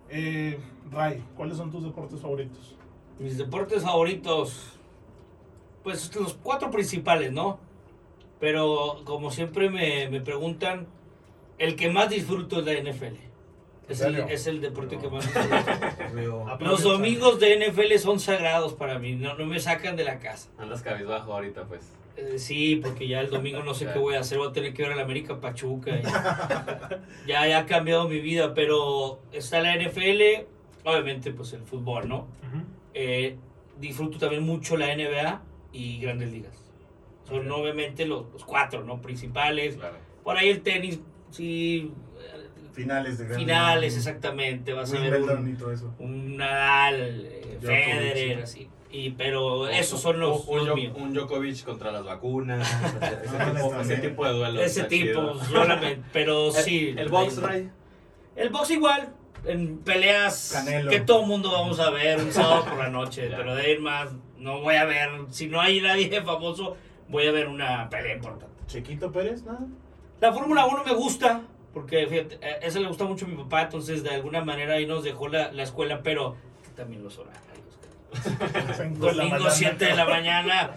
[SPEAKER 1] Eh, Ray, ¿cuáles son tus deportes favoritos?
[SPEAKER 2] Mis deportes favoritos, pues los cuatro principales, ¿no? Pero como siempre me, me preguntan, el que más disfruto es la NFL. Es
[SPEAKER 1] ¿En
[SPEAKER 2] el,
[SPEAKER 1] serio?
[SPEAKER 2] es el deporte que
[SPEAKER 4] No.
[SPEAKER 2] más
[SPEAKER 1] [LAUGHS]
[SPEAKER 2] disfruto.
[SPEAKER 4] Leo.
[SPEAKER 1] Ah,
[SPEAKER 2] Los domingos de NFL son sagrados para mí, no, no me sacan de la casa.
[SPEAKER 3] Andas cabizbajo ahorita, pues.
[SPEAKER 2] Eh, sí, porque ya el domingo no sé qué voy a hacer, voy a tener que ir a la América Pachuca. y- ya, ya ha cambiado mi vida, pero está la NFL, obviamente pues el fútbol, ¿no?
[SPEAKER 1] Ujú.
[SPEAKER 2] Eh, disfruto también mucho la NBA y Grandes Ligas. Son
[SPEAKER 1] Ok.
[SPEAKER 2] obviamente los, los cuatro, ¿no? Principales.
[SPEAKER 3] Claro.
[SPEAKER 2] Por ahí el tenis, sí, eh,
[SPEAKER 4] Finales de Gran
[SPEAKER 2] finales exactamente, vas a ver
[SPEAKER 4] Wimbledon
[SPEAKER 2] Ah, un,
[SPEAKER 4] y todo eso.
[SPEAKER 2] un Nadal, eh,
[SPEAKER 4] Djokovic,
[SPEAKER 2] Federer,
[SPEAKER 4] ¿no?
[SPEAKER 2] así. Y, pero esos son los,
[SPEAKER 3] un, un
[SPEAKER 2] los
[SPEAKER 3] Jo-
[SPEAKER 2] míos.
[SPEAKER 3] un Djokovic contra las vacunas. ese,
[SPEAKER 4] [LAUGHS] No, no,
[SPEAKER 3] tipo,
[SPEAKER 4] no,
[SPEAKER 3] ese
[SPEAKER 4] no.
[SPEAKER 3] tipo de duelo.
[SPEAKER 2] Ese tipo, solamente. Pero sí.
[SPEAKER 3] [LAUGHS] El, el box, Ray.
[SPEAKER 2] El box igual. En peleas
[SPEAKER 4] Canelo.
[SPEAKER 2] que todo mundo vamos a ver un sábado por la noche.
[SPEAKER 3] [LAUGHS] Ya.
[SPEAKER 2] Pero de ahí en más, no voy a ver. Si no hay nadie [LAUGHS] famoso, voy a ver una pelea importante.
[SPEAKER 4] Chequito Pérez, nada.
[SPEAKER 2] La Fórmula 1 me gusta. Porque fíjate, a esa le gusta mucho a mi papá. Entonces, de alguna manera ahí nos dejó la, la escuela. Pero también los horarios.
[SPEAKER 1] Cinco de la
[SPEAKER 2] Domingo
[SPEAKER 1] mañana.
[SPEAKER 2] 7 de la mañana.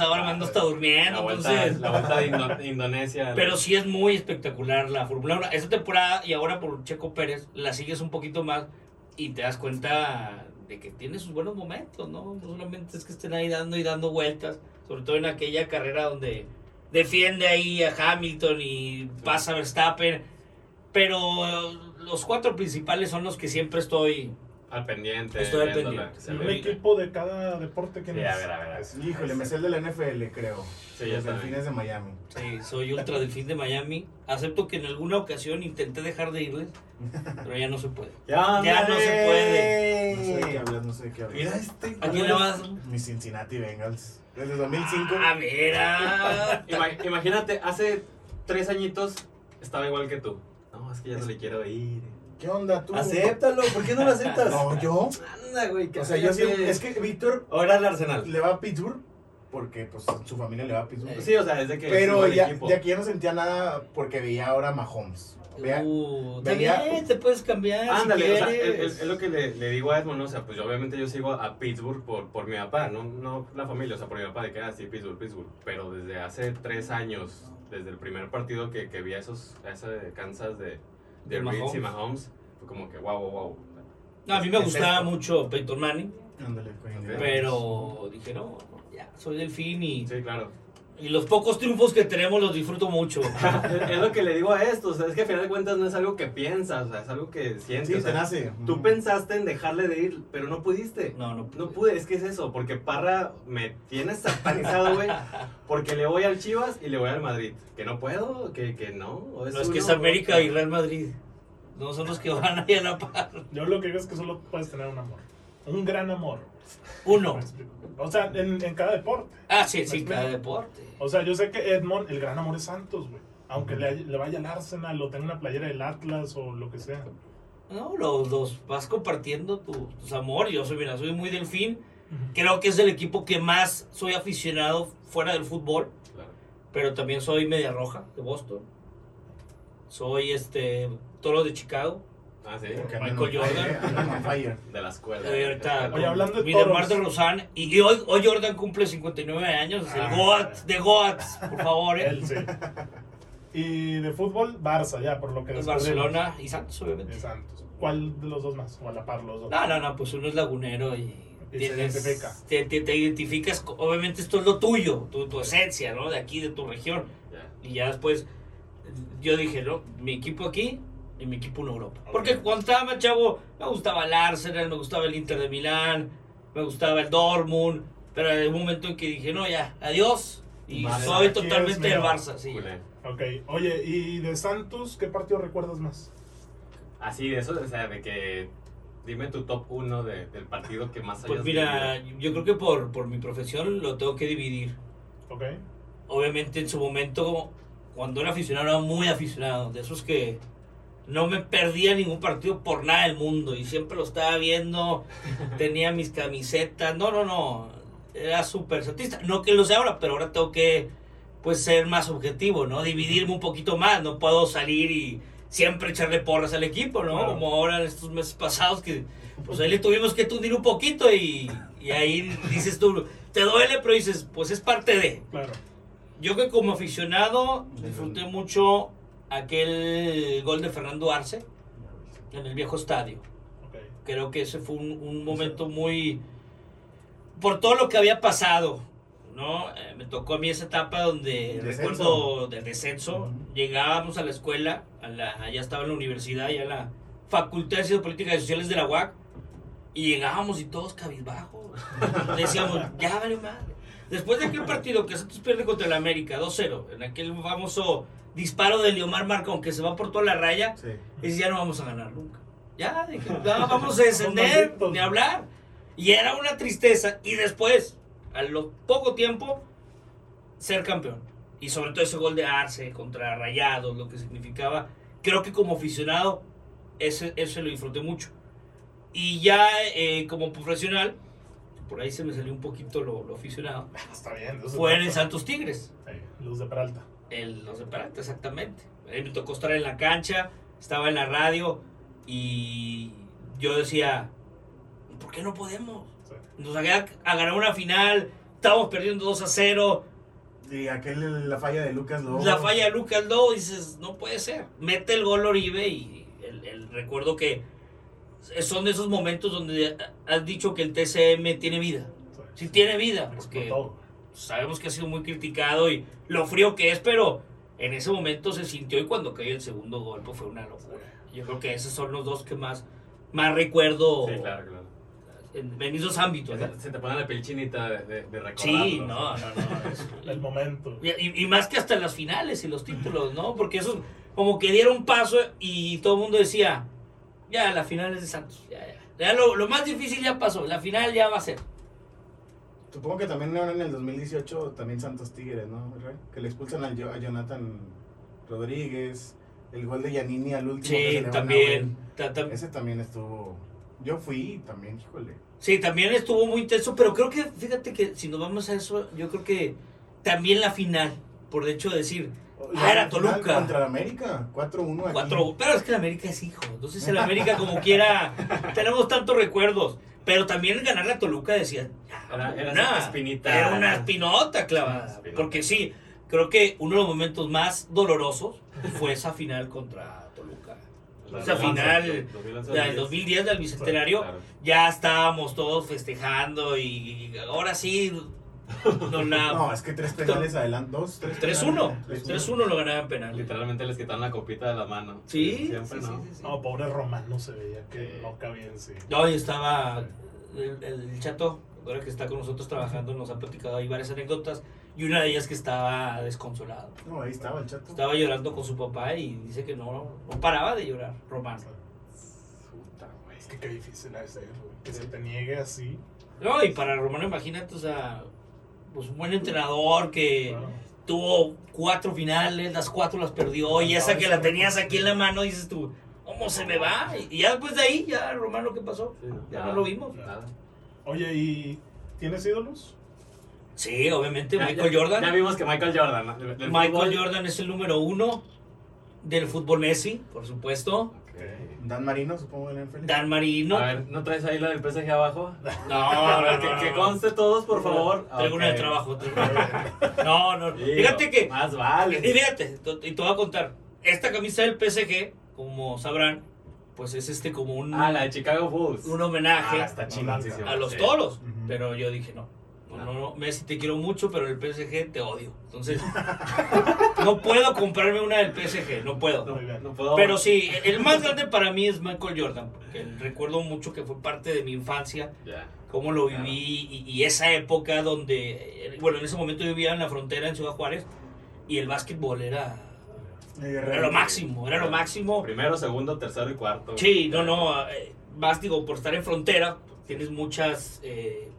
[SPEAKER 2] Ahora Mando está
[SPEAKER 3] La
[SPEAKER 2] durmiendo.
[SPEAKER 3] vuelta,
[SPEAKER 2] entonces,
[SPEAKER 3] la vuelta de
[SPEAKER 2] [LAUGHS]
[SPEAKER 3] Indo- Indonesia.
[SPEAKER 2] Pero sí es muy espectacular la Fórmula 1. Esta temporada y ahora por Checo Pérez la sigues un poquito más y te das cuenta de que tiene sus buenos momentos, ¿no? No solamente es que estén ahí dando y dando vueltas, sobre todo en aquella carrera donde defiende ahí a Hamilton y pasa a Verstappen. Pero eh, los cuatro principales son los que siempre estoy.
[SPEAKER 3] Al pendiente.
[SPEAKER 2] Estoy al
[SPEAKER 3] viéndola,
[SPEAKER 2] pendiente.
[SPEAKER 3] se
[SPEAKER 1] Y un
[SPEAKER 3] ve.
[SPEAKER 1] equipo de cada deporte que
[SPEAKER 3] Sí, a ver, a ver.
[SPEAKER 4] Híjole, me sé el de la NFL, creo.
[SPEAKER 3] Sí, ya
[SPEAKER 4] Los
[SPEAKER 3] saben.
[SPEAKER 4] delfines de Miami.
[SPEAKER 2] Sí, soy ultra delfín de Miami. Acepto que en alguna ocasión intenté dejar de irles, pero ya no se puede.
[SPEAKER 3] Ya,
[SPEAKER 2] Ya no se puede.
[SPEAKER 4] No sé de qué hablas, no sé de qué
[SPEAKER 3] Mira
[SPEAKER 4] hablas.
[SPEAKER 3] este.
[SPEAKER 2] ¿A quién le vas?
[SPEAKER 4] Mis Cincinnati Bengals. Desde 2005.
[SPEAKER 2] Ah,
[SPEAKER 3] [LAUGHS]
[SPEAKER 2] mira.
[SPEAKER 3] Ima- imagínate, hace tres añitos estaba igual que tú. No, es que ya no le quiero ir.
[SPEAKER 4] ¿Qué onda tú?
[SPEAKER 3] ¿por qué no lo aceptas?
[SPEAKER 4] [LAUGHS] No, yo.
[SPEAKER 3] Anda, güey.
[SPEAKER 4] O sea, yo sí.
[SPEAKER 3] cállate.
[SPEAKER 4] Es que Víctor
[SPEAKER 3] Ahora el Arsenal.
[SPEAKER 4] le va a Pittsburgh porque pues su familia le va a Pittsburgh.
[SPEAKER 3] Sí, o sea, desde que.
[SPEAKER 4] Pero
[SPEAKER 3] sigo al
[SPEAKER 4] ya,
[SPEAKER 3] equipo.
[SPEAKER 4] de aquí ya no sentía nada porque veía ahora a Mahomes. Vea,
[SPEAKER 2] Uh, está
[SPEAKER 4] vea-
[SPEAKER 2] bien, te puedes cambiar si
[SPEAKER 3] Ándale, o sea,
[SPEAKER 2] quieres.
[SPEAKER 3] es, es- es lo que le, le digo a Edmond, ¿no? o sea, pues yo obviamente yo sigo a Pittsburgh por, por mi papá, no, no la familia, o sea, por mi papá de que, ah, sí, Pittsburgh, Pittsburgh, pero desde hace tres años, desde el primer partido que, que vi a esos, a ese Kansas de,
[SPEAKER 2] De
[SPEAKER 3] de, Reeds y
[SPEAKER 2] Mahomes.
[SPEAKER 3] Mahomes, fue como que, wow, wow, wow.
[SPEAKER 2] No, a mí me
[SPEAKER 4] es
[SPEAKER 2] gustaba
[SPEAKER 4] esto.
[SPEAKER 2] mucho Peyton Manning,
[SPEAKER 4] Ándale, coño,
[SPEAKER 2] pero dije, no, ya, soy delfín y,
[SPEAKER 3] Sí, claro. [LAUGHS]
[SPEAKER 2] y los pocos triunfos que tenemos los disfruto mucho.
[SPEAKER 3] es, es lo que le digo a esto, o sea, es que al final de cuentas no es algo que piensas, o sea, es algo que sientes.
[SPEAKER 4] Sí,
[SPEAKER 3] o
[SPEAKER 4] te
[SPEAKER 3] sea,
[SPEAKER 4] nace.
[SPEAKER 3] Tú
[SPEAKER 4] Ujú.
[SPEAKER 3] pensaste en dejarle de ir, pero no pudiste.
[SPEAKER 2] No, no
[SPEAKER 3] No pude, es que es eso, porque Parra me tiene satanizado, güey, porque le voy al Chivas y le voy al Madrid. Que no puedo, que, que no.
[SPEAKER 2] No, es
[SPEAKER 3] uno
[SPEAKER 2] que es
[SPEAKER 3] u
[SPEAKER 2] América
[SPEAKER 3] otro.
[SPEAKER 2] y Real Madrid. No son los que van ahí a la par.
[SPEAKER 1] Yo lo que digo es que solo puedes tener un amor. Un gran amor.
[SPEAKER 2] Uno.
[SPEAKER 1] ¿Me explico? O sea, en, en cada deporte.
[SPEAKER 2] Ah, sí, sí, cada deporte.
[SPEAKER 1] O sea, yo sé que Edmond, el gran amor es Santos, güey. Aunque le, le vaya al Arsenal o tenga una playera del Atlas o lo que sea.
[SPEAKER 2] No, los dos. Vas compartiendo tu- tus amores. Yo soy, mira, soy muy delfín. Creo que es el equipo que más soy aficionado fuera del fútbol.
[SPEAKER 3] Claro.
[SPEAKER 2] Pero también soy media roja de Boston. Soy este Toros de Chicago.
[SPEAKER 3] Ah, sí.
[SPEAKER 4] Porque
[SPEAKER 2] Michael
[SPEAKER 4] andan on fire,
[SPEAKER 2] Jordan.
[SPEAKER 4] andan on fire.
[SPEAKER 3] De la escuela.
[SPEAKER 2] Oye, ahorita
[SPEAKER 1] Oye, hablando de
[SPEAKER 2] mi
[SPEAKER 1] toros.
[SPEAKER 2] Marta Rosan y y hoy, hoy Jordan cumple 59 años, es
[SPEAKER 1] Ah.
[SPEAKER 2] el Goat de Goats,
[SPEAKER 1] [LAUGHS]
[SPEAKER 2] por favor. eh.
[SPEAKER 1] Él sí. Y de fútbol, Barça, ya, por lo que
[SPEAKER 2] Es
[SPEAKER 1] descubrimos.
[SPEAKER 2] Barcelona y Santos, obviamente.
[SPEAKER 1] De Santos. ¿Cuál de los dos más? O a la par los dos.
[SPEAKER 2] No, no, no, pues uno es lagunero y,
[SPEAKER 1] Y se identifica.
[SPEAKER 2] Te, te- te identificas, co- obviamente esto es lo tuyo, tu, tu esencia, ¿no? De aquí, de tu región.
[SPEAKER 3] Ya.
[SPEAKER 2] Y ya después yo dije, no, mi equipo aquí y mi equipo en Europa. Porque
[SPEAKER 3] Ok.
[SPEAKER 2] cuando estaba más chavo, me gustaba el Arsenal, me gustaba el Inter de Milán, me gustaba el Dortmund, pero hay un momento en que dije, no, ya, adiós. Y
[SPEAKER 1] Barça,
[SPEAKER 2] soy
[SPEAKER 1] aquí es
[SPEAKER 2] totalmente el
[SPEAKER 1] mío.
[SPEAKER 2] Barça, sí.
[SPEAKER 3] Culé.
[SPEAKER 1] Ok, oye, ¿y de Santos qué partido recuerdas más?
[SPEAKER 3] Así de eso, o sea, de que. Dime tu top 1 del partido que más
[SPEAKER 2] Pues
[SPEAKER 3] hayas
[SPEAKER 2] mira,
[SPEAKER 3] vivido.
[SPEAKER 2] yo creo que por, por mi profesión lo tengo que dividir.
[SPEAKER 1] Ok.
[SPEAKER 2] obviamente en su momento, cuando era aficionado, era muy aficionado, de esos que no me perdía ningún partido por nada del mundo y siempre lo estaba viendo, tenía mis camisetas, no, no, no, era súper satista, no que lo sea ahora, pero ahora tengo que pues ser más objetivo, ¿no? Dividirme un poquito más, no puedo salir y siempre echarle porras al equipo, ¿no?
[SPEAKER 1] Claro.
[SPEAKER 2] Como ahora en estos meses pasados que pues ahí le tuvimos que tundir un poquito y, y ahí dices tú, te duele, pero dices, pues es parte de,
[SPEAKER 1] Claro.
[SPEAKER 2] yo que como aficionado disfruté mucho aquel gol de Fernando Arce en el viejo estadio.
[SPEAKER 1] Ok. [LAUGHS]
[SPEAKER 2] Creo que ese fue un, un momento muy... por todo lo que había pasado, ¿no? Eh, me tocó a mí esa etapa donde
[SPEAKER 4] Descenso.
[SPEAKER 2] recuerdo del descenso,
[SPEAKER 4] Ujú.
[SPEAKER 2] llegábamos a la escuela, a la, allá estaba en la universidad, allá en la Facultad de Ciencias Políticas y Sociales de la UAC, y llegábamos y todos
[SPEAKER 4] [LAUGHS]
[SPEAKER 2] cabizbajos. Decíamos, ya vale madre. Después de aquel partido que Santos pierde contra el América 2-0, en aquel famoso disparo de Leomar Marcón que se va por toda la raya,
[SPEAKER 4] Sí.
[SPEAKER 2] y ya no vamos a ganar nunca. Ya, dije, [LAUGHS] "No, vamos a descender,
[SPEAKER 1] Malditos.
[SPEAKER 2] ni hablar. Y era una tristeza. Y después, a lo poco tiempo, ser campeón. Y sobre todo ese gol de Arce contra Rayados, lo que significaba. Creo que como aficionado, ese, ese lo disfruté mucho. Y ya eh, como profesional, por ahí se me salió un poquito lo, lo aficionado,
[SPEAKER 1] Está bien. eso
[SPEAKER 2] fue en el
[SPEAKER 1] está-
[SPEAKER 2] Santos Tigres.
[SPEAKER 1] Sí, Luz de Peralta.
[SPEAKER 2] El, los de Peralta, exactamente. Ahí me tocó estar en la cancha, estaba en la radio y yo decía, ¿por qué no podemos?
[SPEAKER 1] Sí.
[SPEAKER 2] Nos había a ganar una final, estábamos perdiendo 2 a 0,
[SPEAKER 4] Y aquel, la falla de Lucas Lobo.
[SPEAKER 2] la falla de Lucas Lowe, dices, no puede ser. Mete el gol Oribe y el, el recuerdo que son de esos momentos donde has dicho que el TCM tiene vida.
[SPEAKER 1] Sí.
[SPEAKER 2] Sí tiene vida, porque
[SPEAKER 1] Explotó.
[SPEAKER 2] sabemos que ha sido muy criticado y lo frío que es, pero en ese momento se sintió y cuando cayó el segundo gol pues, fue una locura. Yo creo que esos son los dos que más, más recuerdo
[SPEAKER 3] Sí, claro, claro.
[SPEAKER 2] en, en esos ámbitos. ¿no?
[SPEAKER 3] Se, se te pone la piel chinita de, de, de recordarlo.
[SPEAKER 2] Sí, no, no, no. es-
[SPEAKER 1] El momento.
[SPEAKER 2] y, y más que hasta las finales y los títulos, ¿no? Porque eso como que dieron paso y todo el mundo decía, ya, la final es de Santos. Ya, ya. Ya lo, lo más difícil ya pasó, la final ya va a ser.
[SPEAKER 4] Supongo que también ahora en el 2018 también Santos Tigres, ¿no? Rey? Que le expulsan al Jo- a Jonathan Rodríguez, el gol de Yanini al último. que se
[SPEAKER 2] Sí,
[SPEAKER 4] le van a
[SPEAKER 2] también. ta-
[SPEAKER 4] ver.
[SPEAKER 2] ta-
[SPEAKER 4] Ese también estuvo. Yo fui y también, híjole.
[SPEAKER 2] Sí, también estuvo muy intenso, pero creo que, fíjate que si nos vamos a eso, yo creo que también la final, por de hecho decir,
[SPEAKER 4] La
[SPEAKER 2] Ah, era
[SPEAKER 4] final
[SPEAKER 2] Toluca.
[SPEAKER 4] Contra el América, 4-1 aquí.
[SPEAKER 2] cuatro, pero es que el América es hijo, entonces el América
[SPEAKER 3] [LAUGHS]
[SPEAKER 2] como quiera, tenemos tantos recuerdos, pero también ganar la Toluca decía,
[SPEAKER 3] Era, era
[SPEAKER 2] Nah,
[SPEAKER 3] esa espinita.
[SPEAKER 2] era una espinota clavada,
[SPEAKER 3] Sí, espinota.
[SPEAKER 2] porque sí, creo que uno de los momentos más dolorosos fue esa final contra Toluca.
[SPEAKER 3] La
[SPEAKER 2] esa final,
[SPEAKER 3] 2011,
[SPEAKER 2] La del 2010 del Bicentenario,
[SPEAKER 3] Claro.
[SPEAKER 2] ya estábamos todos festejando y ahora sí nos la
[SPEAKER 3] [LAUGHS]
[SPEAKER 4] No, es que tres penales adelante, dos, tres.
[SPEAKER 2] 3-1,
[SPEAKER 4] penales.
[SPEAKER 2] 3-1 lo ganaba en penal.
[SPEAKER 3] Literalmente les quitaron la copita de la mano.
[SPEAKER 2] Sí,
[SPEAKER 3] Siempre
[SPEAKER 2] sí,
[SPEAKER 3] no.
[SPEAKER 2] sí, sí, sí.
[SPEAKER 1] No, pobre Román no se veía que no cabía en sí.
[SPEAKER 2] No, y estaba el, el chato, ahora que está con nosotros trabajando, nos ha platicado ahí varias anécdotas. Y una de ellas que estaba desconsolada.
[SPEAKER 4] No, ahí estaba el chato.
[SPEAKER 2] Estaba llorando con su papá y dice que no, no paraba de llorar, Román.
[SPEAKER 3] Puta, güey.
[SPEAKER 1] Es que qué difícil ha de ser, güey. Que se te niegue así.
[SPEAKER 2] No, y para Román, imagínate, o sea, pues un buen entrenador que
[SPEAKER 1] claro.
[SPEAKER 2] tuvo cuatro finales, las cuatro las perdió, y esa que la tenías aquí en la mano, dices tú, ¿cómo se me va? Y ya después de ahí, ya Román lo que pasó.
[SPEAKER 3] Sí, no,
[SPEAKER 2] Ya
[SPEAKER 3] nada,
[SPEAKER 2] no lo vimos.
[SPEAKER 3] Nada.
[SPEAKER 1] Oye, ¿y tienes ídolos?
[SPEAKER 2] Sí, obviamente,
[SPEAKER 3] Ya-
[SPEAKER 2] Michael
[SPEAKER 3] ya-
[SPEAKER 2] Jordan.
[SPEAKER 3] Ya vimos que Michael Jordan. ¿no? Del- del
[SPEAKER 2] Michael
[SPEAKER 3] fútbol.
[SPEAKER 2] Jordan es el número uno del fútbol Messi, por supuesto.
[SPEAKER 3] Ok.
[SPEAKER 4] Dan Marino, supongo, en el Eh, NFL.
[SPEAKER 2] Dan Marino.
[SPEAKER 3] A ver, ¿no traes ahí la del PSG abajo?
[SPEAKER 2] [LAUGHS] No,
[SPEAKER 3] [LAUGHS]
[SPEAKER 2] no, no,
[SPEAKER 3] que,
[SPEAKER 2] no,
[SPEAKER 3] que
[SPEAKER 2] no.
[SPEAKER 3] conste todos, por favor.
[SPEAKER 2] Traigo una de
[SPEAKER 3] Ok.
[SPEAKER 2] trabajo.
[SPEAKER 3] [LAUGHS]
[SPEAKER 2] traigo una de- No, no.
[SPEAKER 3] Digo,
[SPEAKER 2] Fíjate que. [LAUGHS]
[SPEAKER 3] Más vale.
[SPEAKER 2] Y fíjate, to- y te voy a contar. Esta camisa del PSG, como sabrán, pues es este como un,
[SPEAKER 3] Ah, la de Chicago Bulls.
[SPEAKER 2] un homenaje
[SPEAKER 3] Ah, está chingadísima.
[SPEAKER 2] a los
[SPEAKER 3] Sí.
[SPEAKER 2] toros.
[SPEAKER 1] Ujú.
[SPEAKER 2] Pero yo dije, no. No, no, no, Messi, te quiero mucho, pero el PSG te odio.
[SPEAKER 3] [LAUGHS]
[SPEAKER 2] Entonces, no puedo comprarme una del PSG, no puedo.
[SPEAKER 3] No,
[SPEAKER 1] Muy bien.
[SPEAKER 3] no puedo.
[SPEAKER 2] Pero sí, el más grande para mí es Michael Jordan, porque recuerdo mucho que fue parte de mi infancia,
[SPEAKER 3] Ya.
[SPEAKER 2] cómo lo viví y, y esa época donde, eh, bueno, en ese momento yo vivía en la frontera en Ciudad Juárez y el básquetbol era, era lo máximo, era lo máximo.
[SPEAKER 3] Primero, segundo, tercero y cuarto.
[SPEAKER 2] Sí, no, no, eh, más digo, por estar en frontera, tienes muchas, eh,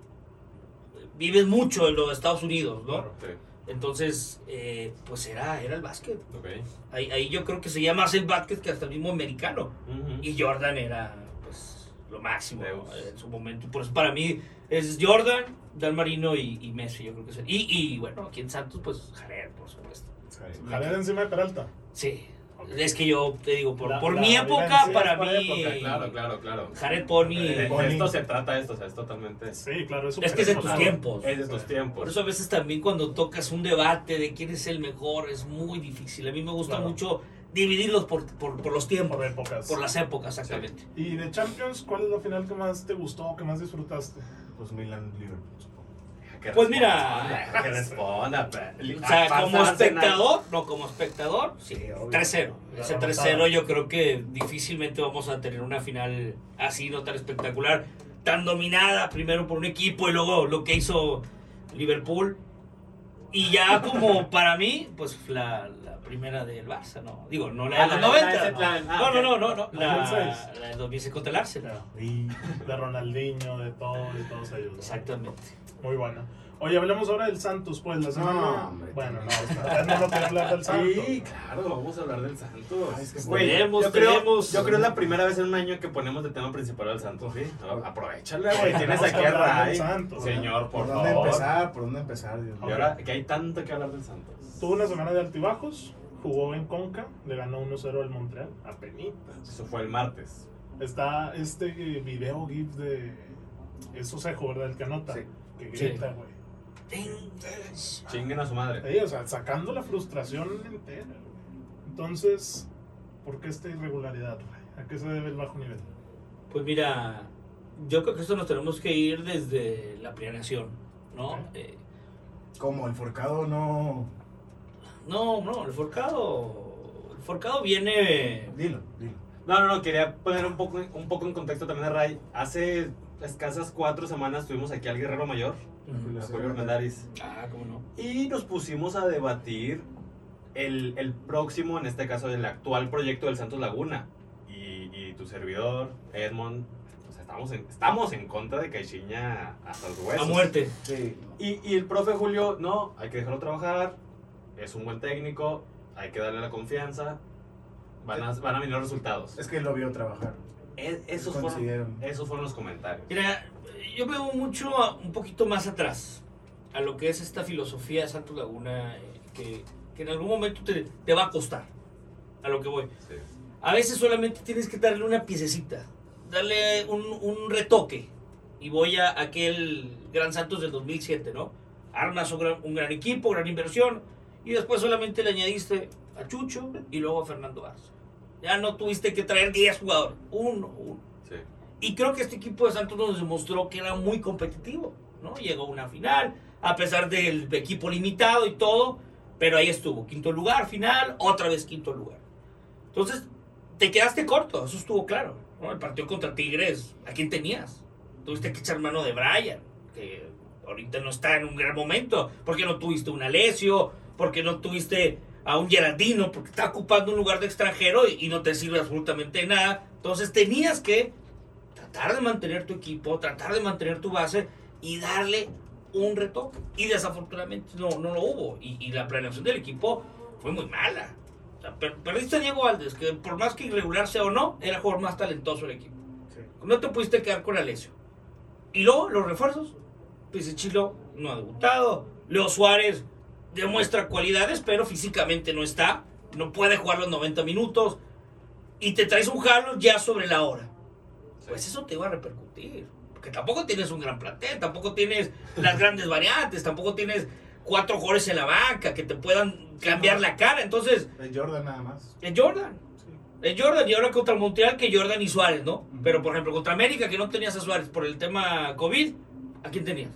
[SPEAKER 2] vives mucho en los Estados Unidos, ¿no?
[SPEAKER 3] Sí,
[SPEAKER 2] Entonces, eh, pues era, era el básquet.
[SPEAKER 3] ok.
[SPEAKER 2] Ahí, ahí yo creo que se llama más el básquet que hasta el mismo americano.
[SPEAKER 3] Ujú.
[SPEAKER 2] Y Jordan era pues lo máximo
[SPEAKER 3] Deus.
[SPEAKER 2] ¿no? en su momento. Por eso para mí es Jordan, Dan Marino y, y Messi, yo creo que es. Y, y bueno, aquí en Santos, pues Jared, por supuesto.
[SPEAKER 1] Javier encima de Peralta.
[SPEAKER 2] Sí.
[SPEAKER 1] Ok.
[SPEAKER 2] Es que yo te digo, por,
[SPEAKER 1] La-
[SPEAKER 2] por
[SPEAKER 1] la
[SPEAKER 2] mi época,
[SPEAKER 1] vivencia
[SPEAKER 2] para
[SPEAKER 1] por
[SPEAKER 2] mí.
[SPEAKER 1] época,
[SPEAKER 3] Claro, claro, claro.
[SPEAKER 2] Jared Pony.
[SPEAKER 3] Eh,
[SPEAKER 1] Pony.
[SPEAKER 3] de esto se trata, esto, o sea, es totalmente.
[SPEAKER 1] Sí, claro, es un
[SPEAKER 2] Es que es de tus
[SPEAKER 1] personaje.
[SPEAKER 2] tiempos.
[SPEAKER 3] Es de estos tiempos.
[SPEAKER 2] Por eso a veces también cuando tocas un debate de quién es el mejor es muy difícil. A mí me gusta
[SPEAKER 1] Claro.
[SPEAKER 2] mucho dividirlos por, por, por los tiempos,
[SPEAKER 1] Por
[SPEAKER 2] por,
[SPEAKER 1] épocas.
[SPEAKER 2] las épocas, exactamente.
[SPEAKER 1] Y de Champions, ¿cuál es la final que más te gustó, que más disfrutaste?
[SPEAKER 4] Pues Milan, Liverpool, supongo.
[SPEAKER 3] Que
[SPEAKER 2] Pues
[SPEAKER 3] responda,
[SPEAKER 2] mira.
[SPEAKER 3] Que responda. Ah, pa.
[SPEAKER 2] O sea,
[SPEAKER 3] Aparte,
[SPEAKER 2] como
[SPEAKER 3] Arsenal-
[SPEAKER 2] espectador, no como espectador, sí,
[SPEAKER 4] Sí, obvio.
[SPEAKER 2] 3-0.
[SPEAKER 1] La
[SPEAKER 2] Ese
[SPEAKER 1] remontada.
[SPEAKER 2] 3-0 yo creo que difícilmente vamos a tener una final así, no tan espectacular, tan dominada primero por un equipo y luego lo que hizo Liverpool. Y ya como para mí, pues la, la primera del Barça, ¿no? Digo, no la de
[SPEAKER 3] Ah,
[SPEAKER 2] los
[SPEAKER 3] la- la de ese
[SPEAKER 2] 90.
[SPEAKER 3] plan. Ah,
[SPEAKER 2] No, no,
[SPEAKER 3] ok.
[SPEAKER 2] no, no, no. La,
[SPEAKER 1] 2006.
[SPEAKER 2] la del 2006 contra el Arsenal.
[SPEAKER 1] Ya, De Ronaldinho, de todo, de todos ellos. ¿no?
[SPEAKER 2] Exactamente.
[SPEAKER 1] Muy buena. Oye, hablemos ahora del Santos, pues. La semana...
[SPEAKER 4] hombre,
[SPEAKER 1] bueno, no,
[SPEAKER 4] también.
[SPEAKER 1] está- no lo quiero hablar del Santos.
[SPEAKER 3] Sí, claro, vamos a hablar del Santos.
[SPEAKER 4] Ay, es que
[SPEAKER 3] Güey,
[SPEAKER 2] tenemos,
[SPEAKER 3] yo creo,
[SPEAKER 2] tenemos.
[SPEAKER 3] Yo creo es la primera vez en un año que ponemos de tema principal al Santos, ¿sí? A- Aprovechale, güey.
[SPEAKER 1] Vamos
[SPEAKER 3] Tienes
[SPEAKER 1] a
[SPEAKER 3] aquí a
[SPEAKER 1] hablar del
[SPEAKER 3] Ray.
[SPEAKER 1] Santos,
[SPEAKER 3] Señor, por
[SPEAKER 4] ¿Por dónde
[SPEAKER 3] favor.
[SPEAKER 4] empezar? ¿Por dónde empezar? Dios
[SPEAKER 3] Y
[SPEAKER 4] mío?
[SPEAKER 3] ahora que hay tanto que hablar del Santos.
[SPEAKER 1] Tuvo una semana de altibajos, jugó en Conca, le ganó 1-0 al Montreal, a penitas.
[SPEAKER 3] Eso fue el martes.
[SPEAKER 1] Está este video GIF de... Eso se ¿verdad? El que anota.
[SPEAKER 4] Sí.
[SPEAKER 1] Que
[SPEAKER 2] Sí.
[SPEAKER 1] grita, güey.
[SPEAKER 3] Chinguen a su madre.
[SPEAKER 1] Sí, o sea, sacando la frustración entera. güey. Entonces, ¿por qué esta irregularidad? güey? ¿A qué se debe el bajo nivel?
[SPEAKER 2] Pues mira, yo creo que esto nos tenemos que ir desde la planeación, ¿no?
[SPEAKER 1] Ok.
[SPEAKER 2] Eh,
[SPEAKER 4] ¿Cómo? ¿El forcado no...?
[SPEAKER 2] No, no, el forcado. El forcado viene.
[SPEAKER 4] Dilo, dilo.
[SPEAKER 3] No, no, no, quería poner un poco, un poco en contexto también a Ray. Hace escasas cuatro semanas tuvimos aquí al Guerrero Mayor,
[SPEAKER 4] Ujú.
[SPEAKER 3] a Julio Armendariz.
[SPEAKER 2] Ah, cómo no.
[SPEAKER 3] Y nos pusimos a debatir el, el próximo, en este caso el actual proyecto del Santos Laguna. Y, y tu servidor, Edmond, o sea, estamos en, estamos en contra de Caixinha hasta los huesos.
[SPEAKER 2] A muerte.
[SPEAKER 4] Sí.
[SPEAKER 3] Y, y el profe Julio, no, hay que dejarlo trabajar, es un buen técnico, hay que darle la confianza, van a, van a venir los resultados.
[SPEAKER 4] Es que lo vio trabajar.
[SPEAKER 3] Es- esos, fueron,
[SPEAKER 4] Considero.
[SPEAKER 3] esos fueron los comentarios.
[SPEAKER 2] Mira, yo veo mucho, a- un poquito más atrás, a lo que es esta filosofía de Santos Laguna, eh, que, que en algún momento te, te va a costar. A lo que voy.
[SPEAKER 3] Sí.
[SPEAKER 2] A veces solamente tienes que darle una piececita, darle un, un retoque. Y voy a aquel Gran Santos del 2007, ¿no? Armas un gran, un gran equipo, gran inversión, y después solamente le añadiste a Chucho y luego a Fernando Arce. Ya no tuviste que traer 10 jugadores, uno, uno.
[SPEAKER 3] Sí.
[SPEAKER 2] Y creo que este equipo de Santos nos demostró que era muy competitivo, ¿no? Llegó a una final, a pesar del equipo limitado y todo, pero ahí estuvo, quinto lugar, final, otra vez quinto lugar. Entonces, te quedaste corto, eso estuvo claro. ¿no? El partido contra Tigres, ¿a quién tenías? Tuviste que echar mano de Brian, que ahorita no está en un gran momento. Porque no tuviste un Alesio, porque no tuviste a un Gerardino, porque está ocupando un lugar de extranjero y, y no te sirve absolutamente de nada. Entonces tenías que tratar de mantener tu equipo, tratar de mantener tu base y darle un retoque. Y desafortunadamente no, no lo hubo. Y, y la planeación del equipo fue muy mala. O sea, per- perdiste a Diego Valdés, que por más que irregular sea o no, era el jugador más talentoso del equipo.
[SPEAKER 4] Sí.
[SPEAKER 2] No te pudiste quedar con Alesio. Y luego, los refuerzos. Pisichilo no ha debutado. Leo Suárez demuestra cualidades, pero físicamente no está. No puede jugar los 90 minutos. Y te traes un jalo ya sobre la hora. Pues eso te va a repercutir. Porque tampoco tienes un gran plantel, tampoco tienes las grandes variantes, tampoco tienes cuatro jugadores en la banca que te puedan cambiar la cara. Entonces,
[SPEAKER 4] De Jordan nada más.
[SPEAKER 2] es Jordan.
[SPEAKER 4] Sí.
[SPEAKER 2] Es Jordan y ahora contra el Montreal que Jordan y Suárez, ¿no?
[SPEAKER 4] Ujú.
[SPEAKER 2] Pero por ejemplo, contra América que no tenías a Suárez por el tema COVID, ¿a quién tenías?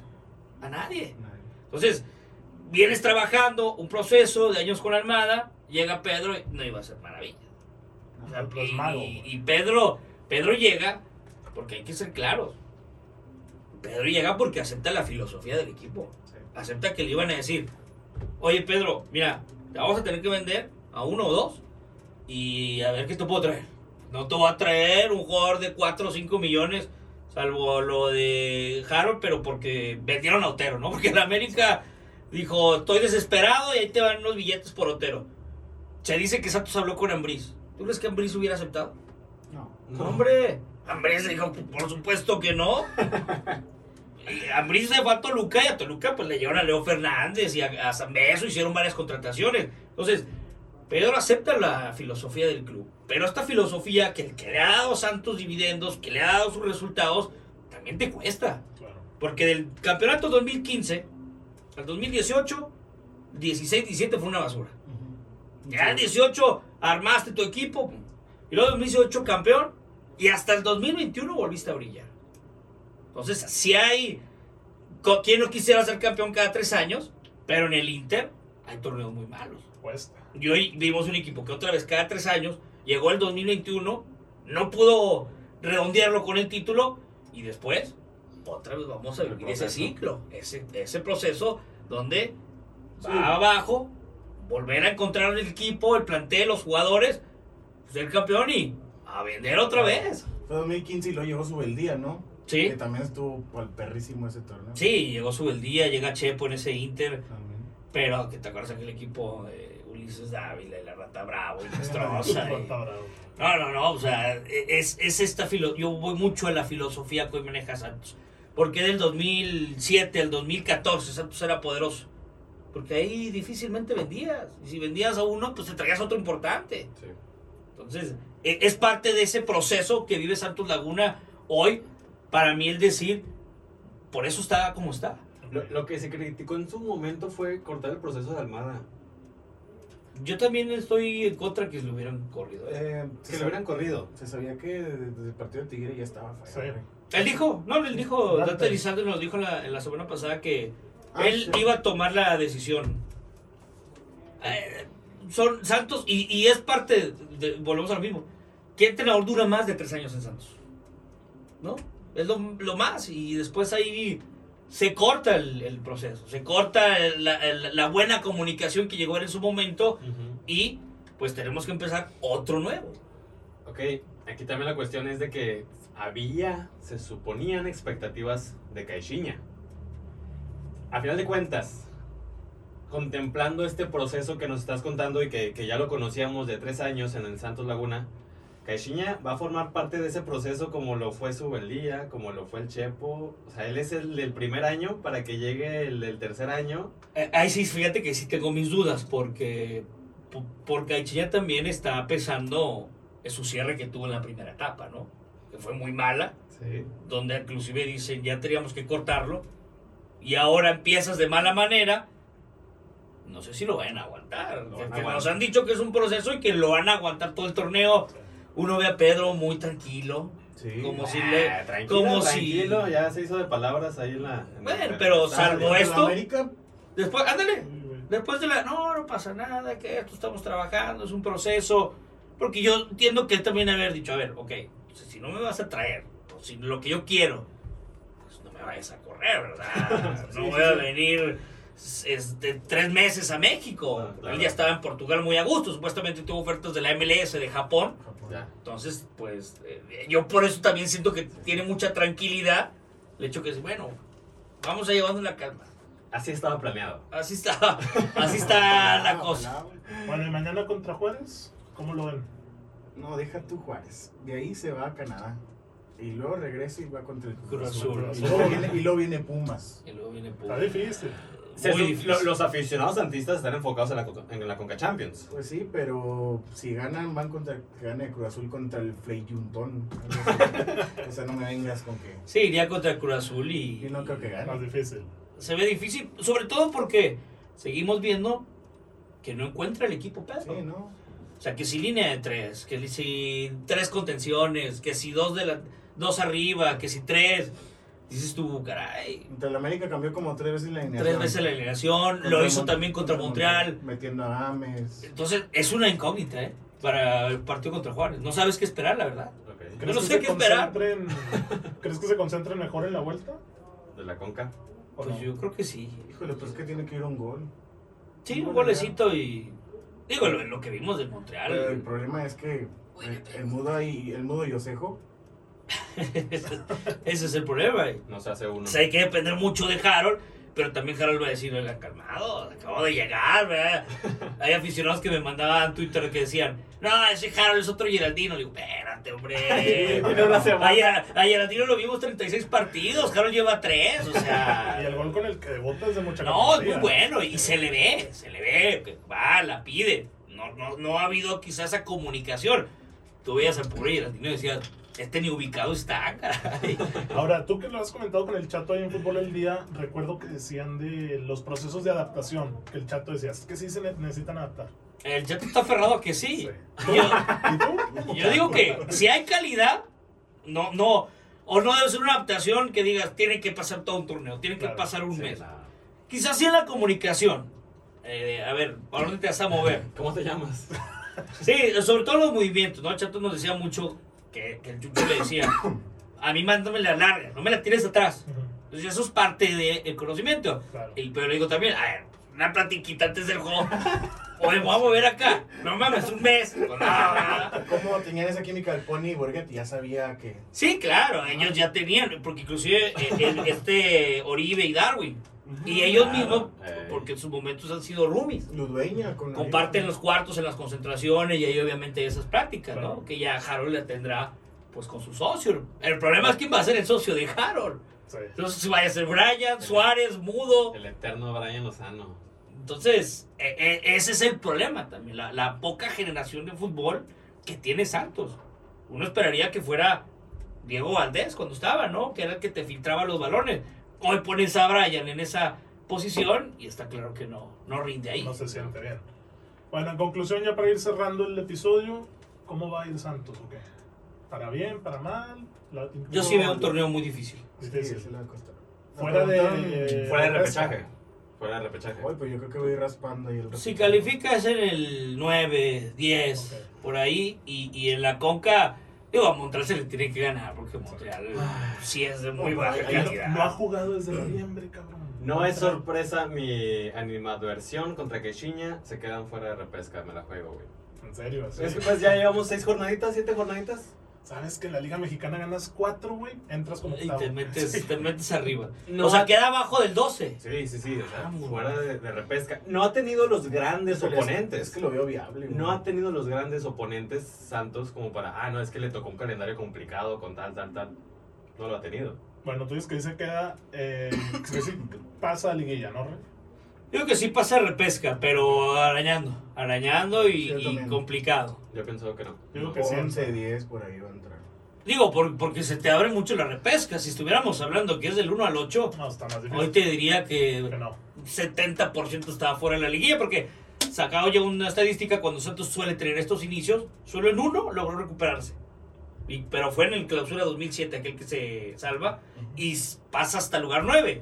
[SPEAKER 2] A nadie.
[SPEAKER 4] Nadie.
[SPEAKER 2] Entonces, vienes trabajando un proceso de años con Almada, llega Pedro y no iba a ser maravilla. O sea,
[SPEAKER 1] El plasmado,
[SPEAKER 2] Y,
[SPEAKER 1] güey.
[SPEAKER 2] y Pedro, Pedro llega, porque hay que ser claros. Pedro llega porque acepta la filosofía del equipo.
[SPEAKER 4] Sí.
[SPEAKER 2] Acepta que le iban a decir, oye Pedro, mira, te vamos a tener que vender a uno o dos y a ver qué te puedo traer. No te voy a traer un jugador de 4 o 5 millones, salvo lo de Harold, pero porque vendieron a Otero, ¿no? [LAUGHS] Porque la América dijo, estoy desesperado y ahí te van los billetes por Otero. Se dice que Santos habló con Ambriz. ¿Tú crees que Ambriz hubiera aceptado?
[SPEAKER 4] No.
[SPEAKER 2] No, hombre. Ambriz le dijo, "Pues, por supuesto que no. Y Ambriz se fue a Toluca y a Toluca pues le llevaron a Leo Fernández y a, a San Beso, hicieron varias contrataciones. Entonces, Pedro acepta la filosofía del club. Pero esta filosofía que, que le ha dado Santos dividendos, que le ha dado sus resultados, también te cuesta.
[SPEAKER 1] Claro.
[SPEAKER 2] Porque del campeonato 2015 al 2018, 16-17 fue una basura. Ya en 18 armaste tu equipo. Y luego 2018 campeón. Y hasta el 2021 volviste a brillar. Entonces, si hay. co- ¿Quién no quisiera ser campeón cada tres años? Pero en el Inter hay torneos muy malos.
[SPEAKER 1] Cuesta.
[SPEAKER 2] Y hoy vimos un equipo que otra vez cada tres años llegó el 2021, no pudo redondearlo con el título y después otra vez vamos a
[SPEAKER 3] El
[SPEAKER 2] vivir ese
[SPEAKER 3] proceso.
[SPEAKER 2] ciclo, ese, ese proceso donde
[SPEAKER 1] Sí.
[SPEAKER 2] va abajo, volver a encontrar el equipo, el plantel, los jugadores, ser campeón y a vender otra vez.
[SPEAKER 4] Fue 2015 y lo llevó su día, ¿no?
[SPEAKER 2] Sí.
[SPEAKER 4] Que también estuvo pal perrísimo ese torneo.
[SPEAKER 2] Sí, llegó su el día, llega Chepo en ese Inter,
[SPEAKER 4] También.
[SPEAKER 2] pero que te acuerdas aquel equipo de Ulises Dávila y la Rata Bravo
[SPEAKER 3] [LAUGHS]
[SPEAKER 2] y Nostrosa y-
[SPEAKER 1] Cuesta, bravo.
[SPEAKER 2] No, no, no, o sea, e, es, es esta filo yo voy mucho a la filosofía que hoy maneja Santos. Porque del 2007 al 2014 Santos era poderoso. Porque ahí difícilmente vendías. Y si vendías a uno, pues te traías otro importante.
[SPEAKER 3] Sí.
[SPEAKER 2] Entonces, e- es parte de ese proceso que vive Santos Laguna hoy. Para mí el decir, por eso está como está.
[SPEAKER 3] Lo, lo que se criticó en su momento fue cortar el proceso de Almada.
[SPEAKER 2] Yo también estoy en contra que lo hubieran corrido. ¿eh?
[SPEAKER 4] Eh,
[SPEAKER 3] Que lo hubieran corrido.
[SPEAKER 4] Se sabía que desde el partido de Tigre ya estaba feo.
[SPEAKER 1] Sí.
[SPEAKER 4] güey.
[SPEAKER 2] Él dijo, no, él dijo,
[SPEAKER 4] Dante.
[SPEAKER 2] Dante Elizalde nos dijo en la, en la semana pasada que
[SPEAKER 4] Ah,
[SPEAKER 2] Él
[SPEAKER 4] sí.
[SPEAKER 2] iba a tomar la decisión. Eh, son Santos, y, y es parte, de- de- volvemos al mismo. ¿Qué entrenador dura más de tres años en Santos? ¿No? Es lo, lo más, y después ahí se corta el, el proceso, se corta el- la, el- la buena comunicación que llegó en su momento, y pues tenemos que empezar otro nuevo.
[SPEAKER 3] Ok, aquí también la cuestión es de que había, se suponían expectativas de Caixinha. A final de cuentas, contemplando este proceso que nos estás contando y que, que ya lo conocíamos de tres años en el Santos Laguna, Caixinha va a formar parte de ese proceso como lo fue Subeldía, como lo fue el Chepo. O sea, él es el del primer año para que llegue el del tercer año.
[SPEAKER 2] Eh, Ahí sí, fíjate que sí tengo mis dudas, porque, po- porque Aichilla también está pesando su cierre que tuvo en la primera etapa, ¿no? Que fue muy mala,
[SPEAKER 3] Sí.
[SPEAKER 2] donde inclusive dicen ya teníamos que cortarlo, y ahora empiezas de mala manera. No sé si lo van a aguantar.
[SPEAKER 3] Lo van a
[SPEAKER 2] porque
[SPEAKER 3] aguantar.
[SPEAKER 2] nos han dicho que es un proceso y que lo van a aguantar todo el torneo. Uno ve a Pedro muy tranquilo,
[SPEAKER 4] Sí.
[SPEAKER 2] como si le.
[SPEAKER 3] Ah, tranquilo,
[SPEAKER 2] como si-
[SPEAKER 3] tranquilo, ya se hizo de palabras ahí en la... en la-
[SPEAKER 2] Bueno, pero salvo
[SPEAKER 4] Pero
[SPEAKER 2] esto-
[SPEAKER 4] América,
[SPEAKER 2] Después, ándale,
[SPEAKER 1] Sí, güey.
[SPEAKER 2] Después de la, no, no pasa nada, que esto estamos trabajando, es un proceso. Porque yo entiendo que él también haber dicho, a ver, ok, si no me vas a traer, o si lo que yo quiero, pues no me me vayas a correr, ¿verdad?
[SPEAKER 4] [LAUGHS] Sí,
[SPEAKER 2] No
[SPEAKER 4] sí,
[SPEAKER 2] voy a
[SPEAKER 4] sí.
[SPEAKER 2] venir este, tres meses a México.
[SPEAKER 3] Ah, claro.
[SPEAKER 2] Él ya estaba en Portugal muy a gusto, supuestamente tuvo ofertas de la MLS, de Japón.
[SPEAKER 3] Ya.
[SPEAKER 2] Entonces, pues, eh, yo por eso también siento que tiene mucha tranquilidad el hecho que, es, bueno, vamos a llevando la calma.
[SPEAKER 3] Así estaba planeado.
[SPEAKER 2] Así
[SPEAKER 4] [LAUGHS]
[SPEAKER 2] está, así
[SPEAKER 3] Ah,
[SPEAKER 2] está la cosa.
[SPEAKER 4] Ojalá, güey.
[SPEAKER 1] Bueno, y mañana contra Juárez, ¿cómo lo ven?
[SPEAKER 4] No, deja tú Juárez. De ahí se va a Canadá. Y luego regresa y va contra el
[SPEAKER 2] Cruz
[SPEAKER 4] Cruz
[SPEAKER 2] Azul.
[SPEAKER 4] Azul. Y luego viene, y luego viene Pumas.
[SPEAKER 2] Y luego viene
[SPEAKER 1] Está
[SPEAKER 2] Pumas.
[SPEAKER 1] difícil.
[SPEAKER 3] Se
[SPEAKER 2] Muy
[SPEAKER 3] su-
[SPEAKER 2] difícil.
[SPEAKER 3] lo- los aficionados santistas están enfocados en la, co- en la Conca Champions.
[SPEAKER 4] Pues sí, pero si ganan, van contra que gane Cruz Azul contra el
[SPEAKER 2] [LAUGHS]
[SPEAKER 4] Freyuntón. o sea, no me vengas con que.
[SPEAKER 2] Sí, iría contra el Cruz Azul y,
[SPEAKER 4] Yo no creo que
[SPEAKER 1] Más
[SPEAKER 4] gane.
[SPEAKER 1] difícil.
[SPEAKER 2] se ve difícil, sobre todo porque seguimos viendo que no encuentra el equipo Pedro.
[SPEAKER 4] Sí, ¿no?
[SPEAKER 2] O sea, que si línea de tres, que si tres contenciones, que si dos de la, dos arriba, que si tres. Dices tú, caray,
[SPEAKER 4] Contra el América cambió como tres veces la alineación.
[SPEAKER 2] tres veces la eliminación, lo
[SPEAKER 4] Contra
[SPEAKER 2] hizo
[SPEAKER 4] Mon-
[SPEAKER 2] también contra Montreal.
[SPEAKER 4] Metiendo a Ames.
[SPEAKER 2] Entonces, es una incógnita, ¿eh? Para el partido contra Juárez. No sabes qué esperar, la verdad.
[SPEAKER 3] Ok.
[SPEAKER 1] ¿Crees
[SPEAKER 2] no
[SPEAKER 1] que
[SPEAKER 2] sé
[SPEAKER 1] se
[SPEAKER 2] qué esperar. [LAUGHS]
[SPEAKER 1] concentren- ¿Crees que se concentren mejor en la vuelta?
[SPEAKER 3] De la Conca.
[SPEAKER 1] ¿O
[SPEAKER 2] Pues
[SPEAKER 1] no?
[SPEAKER 2] yo creo que sí.
[SPEAKER 4] Híjole, pues es que tiene que ir un gol.
[SPEAKER 2] Sí, un golecito y. Digo, lo, lo que vimos del Montreal.
[SPEAKER 4] Pero el problema es que el, el mudo y el mudo y Osejo
[SPEAKER 2] [LAUGHS] Ese ese es el problema. eh.
[SPEAKER 3] No se hace uno.
[SPEAKER 2] O sea, hay que depender mucho de Harold, pero también Harold va a decir, oiga, calmado, acabo de llegar,
[SPEAKER 4] [LAUGHS]
[SPEAKER 2] ¿verdad? Hay aficionados que me mandaban a Twitter que decían, no, ese Harold es otro Geraldino. Le digo, espérate,
[SPEAKER 4] [LAUGHS]
[SPEAKER 2] hombre.
[SPEAKER 4] Tiene una
[SPEAKER 2] A, Ger- a Geraldino lo vimos 36 partidos, Harold lleva 3, o
[SPEAKER 4] [LAUGHS]
[SPEAKER 1] Y el
[SPEAKER 2] sea...
[SPEAKER 1] gol con el que debota es de mucha
[SPEAKER 2] No, es muy
[SPEAKER 1] categoría.
[SPEAKER 2] bueno, y se le ve, se le ve, que va, la pide. No, no, no ha habido quizás esa comunicación. Tú veías al pobre Geraldino y decías, este ni ubicado está, caray.
[SPEAKER 1] Ahora, tú que lo has comentado con el chato ahí en Fútbol el Día, recuerdo que decían de los procesos de adaptación, que el chato decía, es que sí se ne- necesitan adaptar.
[SPEAKER 2] El chat está aferrado a que sí.
[SPEAKER 1] ¿Tú? ¿Y tú?
[SPEAKER 2] [LAUGHS] Yo digo que si hay calidad, no, no. O no debe ser una adaptación que digas, tiene que pasar todo un torneo, tiene que
[SPEAKER 1] Claro,
[SPEAKER 2] pasar un
[SPEAKER 3] Sí,
[SPEAKER 2] mes.
[SPEAKER 3] la-
[SPEAKER 2] Quizás sea la comunicación. Eh, a ver, ¿para dónde te vas a mover?
[SPEAKER 3] ¿Cómo
[SPEAKER 2] [LAUGHS]
[SPEAKER 3] te llamas?
[SPEAKER 2] Sí, sobre todo los movimientos, ¿no? Chato nos decía mucho que, que el Chucho le decía, a mí mándame la larga, no me la tires atrás.
[SPEAKER 1] Ujú,
[SPEAKER 2] Entonces eso es parte del conocimiento.
[SPEAKER 1] Claro.
[SPEAKER 2] Y, pero le digo también, a ver, una platiquita antes del juego. O me voy a mover acá. No mames, un mes. Pues, no, ¿verdad?
[SPEAKER 4] ¿Cómo tenían esa química el Pony y Borghetti? Ya sabía que.
[SPEAKER 2] Sí, claro, ellos ya tenían, porque inclusive eh, el- este Oribe y Darwin, y ellos
[SPEAKER 3] Claro,
[SPEAKER 2] mismos,
[SPEAKER 3] eh.
[SPEAKER 2] porque en sus momentos han sido roomies,
[SPEAKER 4] Ludueña con.
[SPEAKER 2] comparten los cuartos en las concentraciones y hay obviamente esas prácticas, ¿no?
[SPEAKER 1] Claro.
[SPEAKER 2] Que ya Harold la tendrá pues con su socio. El problema es quién va a ser el socio de Harold.
[SPEAKER 1] Sí.
[SPEAKER 2] Entonces, si vaya a ser Brian, Suárez, Mudo.
[SPEAKER 3] El eterno Brian Lozano.
[SPEAKER 2] Entonces, e- e- ese es el problema también, la, la poca generación de fútbol que tiene Santos. Uno esperaría que fuera Diego Valdés cuando estaba, ¿no? Que era el que te filtraba los balones. Hoy pones a Brian en esa posición y está claro que no, no rinde ahí.
[SPEAKER 1] No se siente bien. Bueno, en conclusión, ya para ir cerrando el episodio, ¿cómo va a ir Santos? o qué? ¿Para bien? ¿Para mal? La-
[SPEAKER 2] Yo sí veo un torneo muy difícil.
[SPEAKER 4] Sí,
[SPEAKER 1] Difícil.
[SPEAKER 4] se la costaron.
[SPEAKER 1] Fuera de-
[SPEAKER 4] Preguntaron-
[SPEAKER 3] Fuera de
[SPEAKER 1] Rafa.
[SPEAKER 3] repechaje. Fuera de repechaje.
[SPEAKER 4] Oye, eh, pues yo creo que voy raspando ahí el.
[SPEAKER 2] Si calificas en el 9, 10,
[SPEAKER 1] Ok.
[SPEAKER 2] por ahí, y, y en la Conca, digo, a Montreal se le tiene que ganar, porque Montreal eh, sí es de muy
[SPEAKER 1] No,
[SPEAKER 2] baja
[SPEAKER 1] ahí no-
[SPEAKER 2] calidad.
[SPEAKER 1] No ha jugado desde noviembre, cabrón.
[SPEAKER 3] No es sorpresa mi animadversión contra Quechiña. Se quedan fuera de repesca. Me la juego, güey.
[SPEAKER 1] En serio, así.
[SPEAKER 3] Es que pues ya llevamos seis jornaditas, siete jornaditas.
[SPEAKER 1] ¿Sabes que en la Liga Mexicana ganas cuatro, güey? Entras como
[SPEAKER 2] Y
[SPEAKER 1] octavo.
[SPEAKER 2] te metes,
[SPEAKER 1] Sí.
[SPEAKER 2] te metes arriba.
[SPEAKER 3] No
[SPEAKER 2] o sea,
[SPEAKER 3] ha-
[SPEAKER 2] queda abajo del 12.
[SPEAKER 3] Sí, sí, sí. O sea,
[SPEAKER 2] Vamos.
[SPEAKER 3] fuera de, de repesca. No ha tenido los grandes
[SPEAKER 4] Es
[SPEAKER 3] oponentes.
[SPEAKER 4] que lo veo viable. güey.
[SPEAKER 3] No ha tenido los grandes oponentes Santos como para, ah, no, es que le tocó un calendario complicado con tal, tal, tal. No lo ha tenido.
[SPEAKER 1] [LAUGHS] Bueno, tú dices que dice queda. Eh, que sí pasa a Liguilla, ¿no, Rey?
[SPEAKER 2] Digo que sí pasa repesca, pero arañando. Arañando y,
[SPEAKER 4] Yo
[SPEAKER 2] y
[SPEAKER 4] también.
[SPEAKER 2] complicado.
[SPEAKER 3] Yo pienso que no.
[SPEAKER 1] Yo digo que sí.
[SPEAKER 4] 11, 10 por ahí va a entrar.
[SPEAKER 2] Digo, por- porque se te abre mucho la repesca. Si estuviéramos hablando que es del 1 al 8,
[SPEAKER 1] No, está más difícil.
[SPEAKER 2] hoy te diría
[SPEAKER 1] Que
[SPEAKER 2] que
[SPEAKER 1] no.
[SPEAKER 2] 70% estaba fuera de la liguilla, porque sacado ya una estadística, cuando Santos suele tener estos inicios, solo en uno logró recuperarse. Y- pero fue en el clausura 2007 aquel que se salva y s- pasa hasta el lugar 9.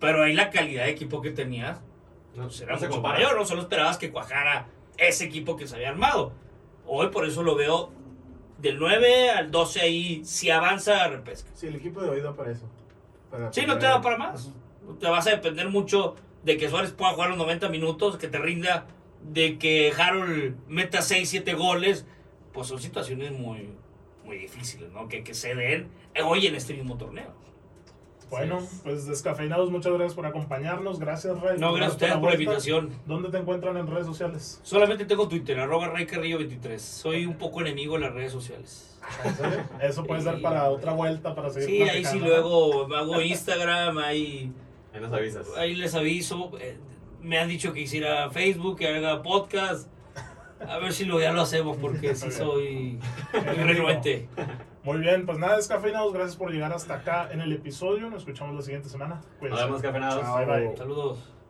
[SPEAKER 2] Pero ahí la calidad de equipo que tenías
[SPEAKER 3] No,
[SPEAKER 2] pues, era
[SPEAKER 3] no se
[SPEAKER 2] mucho
[SPEAKER 3] compara.
[SPEAKER 2] mayor, ¿no? Solo esperabas que cuajara ese equipo que se había armado. Hoy por eso lo veo del 9 al 12 ahí, si avanza repesca.
[SPEAKER 4] Sí, el equipo de hoy da para eso. Para
[SPEAKER 2] Sí, no te
[SPEAKER 4] poner-
[SPEAKER 2] da para más. Te vas a depender mucho de que Suárez pueda jugar los 90 minutos, que te rinda, de que Harold meta 6, 7 goles. Pues son situaciones muy, muy difíciles, ¿no? Que, que se den hoy en este mismo torneo.
[SPEAKER 1] Bueno, pues descafeinados, muchas gracias por acompañarnos. Gracias, Ray.
[SPEAKER 2] No, gracias a ustedes por la
[SPEAKER 1] vuelta.
[SPEAKER 2] invitación.
[SPEAKER 1] ¿Dónde te encuentran en redes
[SPEAKER 2] [LAUGHS]
[SPEAKER 1] sociales?
[SPEAKER 2] Solamente tengo Twitter, arroba Ray Carrillo 23. Soy un poco enemigo en las redes sociales.
[SPEAKER 1] Eso puede ser
[SPEAKER 2] Sí.
[SPEAKER 1] para otra vuelta, para seguir
[SPEAKER 2] Sí, ahí sí
[SPEAKER 1] platicando, [LAUGHS]
[SPEAKER 2] luego hago Instagram, ahí...
[SPEAKER 3] Ahí nos avisas.
[SPEAKER 2] Ahí les aviso. eh, Me han dicho que hiciera Facebook, que haga podcast. A ver si lo, ya lo hacemos porque sí soy muy renuente.
[SPEAKER 1] Muy bien, pues nada, descafeinados, gracias por llegar hasta acá en el episodio. Nos escuchamos la siguiente semana.
[SPEAKER 3] Nos
[SPEAKER 1] Cuídense.
[SPEAKER 3] vemos, cafeinados.
[SPEAKER 4] Chao.
[SPEAKER 1] Bye, bye.
[SPEAKER 2] Saludos.